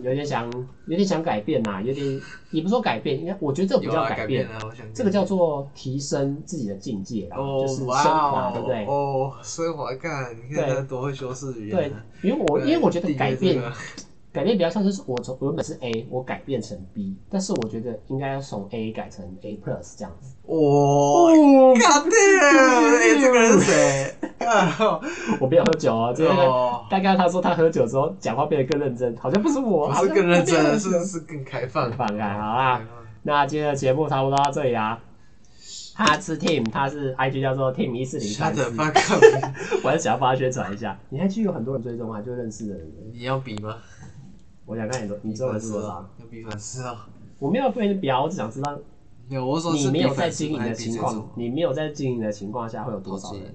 Speaker 1: 有点想，有点想改变呐、有点也不说改变，应该我觉得这不
Speaker 2: 有
Speaker 1: 叫
Speaker 2: 啊，
Speaker 1: 改
Speaker 2: 改
Speaker 1: 变，
Speaker 2: 变啊，我想
Speaker 1: 这个叫做提升自己的境界啦，
Speaker 2: 哦，
Speaker 1: 就是升
Speaker 2: 哇
Speaker 1: 华，
Speaker 2: 哦，
Speaker 1: 对不对？
Speaker 2: 哦，升华干，你看
Speaker 1: 对
Speaker 2: 他多会修饰语
Speaker 1: 对
Speaker 2: 言啊。，
Speaker 1: 因为我因为我觉得
Speaker 2: 第一个
Speaker 1: 改
Speaker 2: 这
Speaker 1: 变
Speaker 2: 个
Speaker 1: 改变比较像是我从我原本是 A，我改变成 B，但是我觉得应该要从 A 改成 A plus 这样子。
Speaker 2: 哦，
Speaker 1: 哦，
Speaker 2: 干的，哎，这个人是谁？啊
Speaker 1: 我不要喝酒哦，这个
Speaker 2: 哦，
Speaker 1: 大概他说他喝酒之后讲话变得更认真，好像不是我，
Speaker 2: 不
Speaker 1: 好
Speaker 2: 是
Speaker 1: 像
Speaker 2: 更认
Speaker 1: 他变
Speaker 2: 真，
Speaker 1: 得
Speaker 2: 是是更开放
Speaker 1: 很。反感，好啦。那今天的节目差不多到这里啦。他是 Tim，他是 IG 叫做 Tim 一四零
Speaker 2: 他
Speaker 1: 三
Speaker 2: 的
Speaker 1: 四，
Speaker 2: 发稿，
Speaker 1: 我还是想要帮他宣传一下。你 IG 有很多人追踪啊，就认识的人。
Speaker 2: 你要比吗？
Speaker 1: 我想看你多，你追的是多少？？
Speaker 2: 要比粉丝哦。
Speaker 1: 我没有被人表，我只想知道
Speaker 2: 没有，我说
Speaker 1: 你
Speaker 2: 是
Speaker 1: 没
Speaker 2: 比
Speaker 1: 有在
Speaker 2: 粉丝
Speaker 1: 经营
Speaker 2: 还
Speaker 1: 的
Speaker 2: 是比
Speaker 1: 情
Speaker 2: 这
Speaker 1: 况
Speaker 2: 种，
Speaker 1: 你没有在经营的情况下会有多
Speaker 2: 多
Speaker 1: 少
Speaker 2: 少
Speaker 1: 人
Speaker 2: 人？？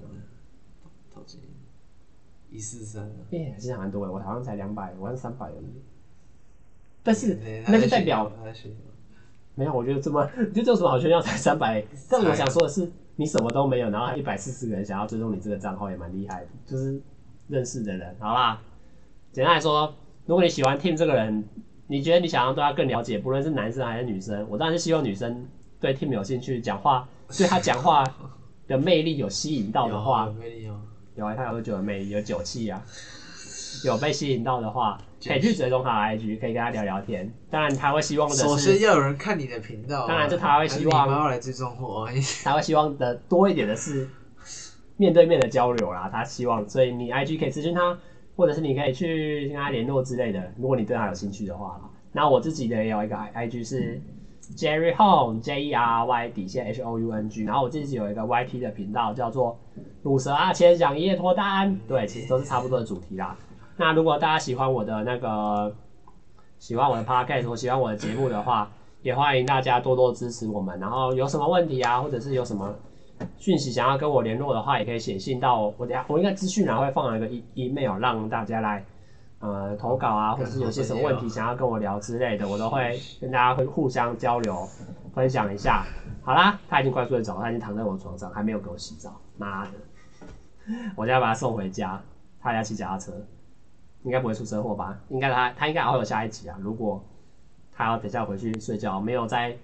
Speaker 2: 投几？一四三啊。
Speaker 1: 哎、其实还蛮多的，我好像才两百，我好像三百而已。但是
Speaker 2: 对
Speaker 1: 那就代表，
Speaker 2: 他在学习
Speaker 1: 没有，我觉得这么， [LAUGHS] 就这有什么好炫耀才三百？但我想说的是，你什么都没有，然后一百四十个人想要追踪你这个账号也蛮厉害的，就是认识的人，好啦。简单来说，如果你喜欢 Tim 这个人，你觉得你想要对他更了解，不论是男生还是女生，我当然是希望女生对 Tim 有兴趣，讲
Speaker 2: [LAUGHS]
Speaker 1: 话对他讲话的魅力有吸引到的话，
Speaker 2: 有魅力哦。
Speaker 1: 有啊，他有喝酒的魅力，有酒气啊。有被吸引到的话，可以去追踪他的 IG，可以跟他聊聊天。当然，他会希望的
Speaker 2: 首
Speaker 1: 是
Speaker 2: 先，要有人看你的频道啊、
Speaker 1: 当然就他会希望
Speaker 2: 还是你妈妈来追踪我啊，
Speaker 1: 他会希望的多一点的是面对面的交流啦。他希望，所以你 IG 可以咨询他，或者是你可以去跟他联络之类的。如果你对他有兴趣的话啦，那我自己的也有一个 IG 是 Jerry Hong J E R Y 底线 H O U N G，然后我自己有一个 YT 的频道叫做乳蛇阿千讲一夜脱单，对，其实都是差不多的主题啦。那如果大家喜欢我的那个喜欢我的 podcast 或喜欢我的节目的话，也欢迎大家多多支持我们。然后有什么问题啊，或者是有什么讯息想要跟我联络的话，也可以写信到我。我等下我应该资讯栏会放了一个 e email 让大家来呃投稿啊，或者是有些什么问题想要跟我聊之类的，我都会跟大家会互相交流分享一下。好啦，他已经快睡着了，他已经躺在我床上，还没有给我洗澡，妈的！ [LAUGHS] 我就要把他送回家，他要骑脚踏车，应该不会出车祸吧？应该他他应该还会有下一集啊，如果。他要等一下回去睡觉，没有在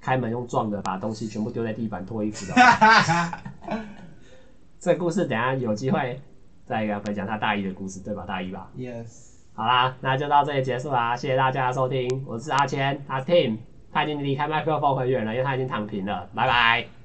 Speaker 1: 开门用撞的把东西全部丢在地板脱衣服的话。这故事等一下有机会再给他分享他大一的故事，对吧？大一吧。
Speaker 2: Yes，
Speaker 1: 好啦，那就到这里结束啦，谢谢大家的收听，我是阿谦，阿 Tim，他已经离开麦克风很远了，因为他已经躺平了，拜拜。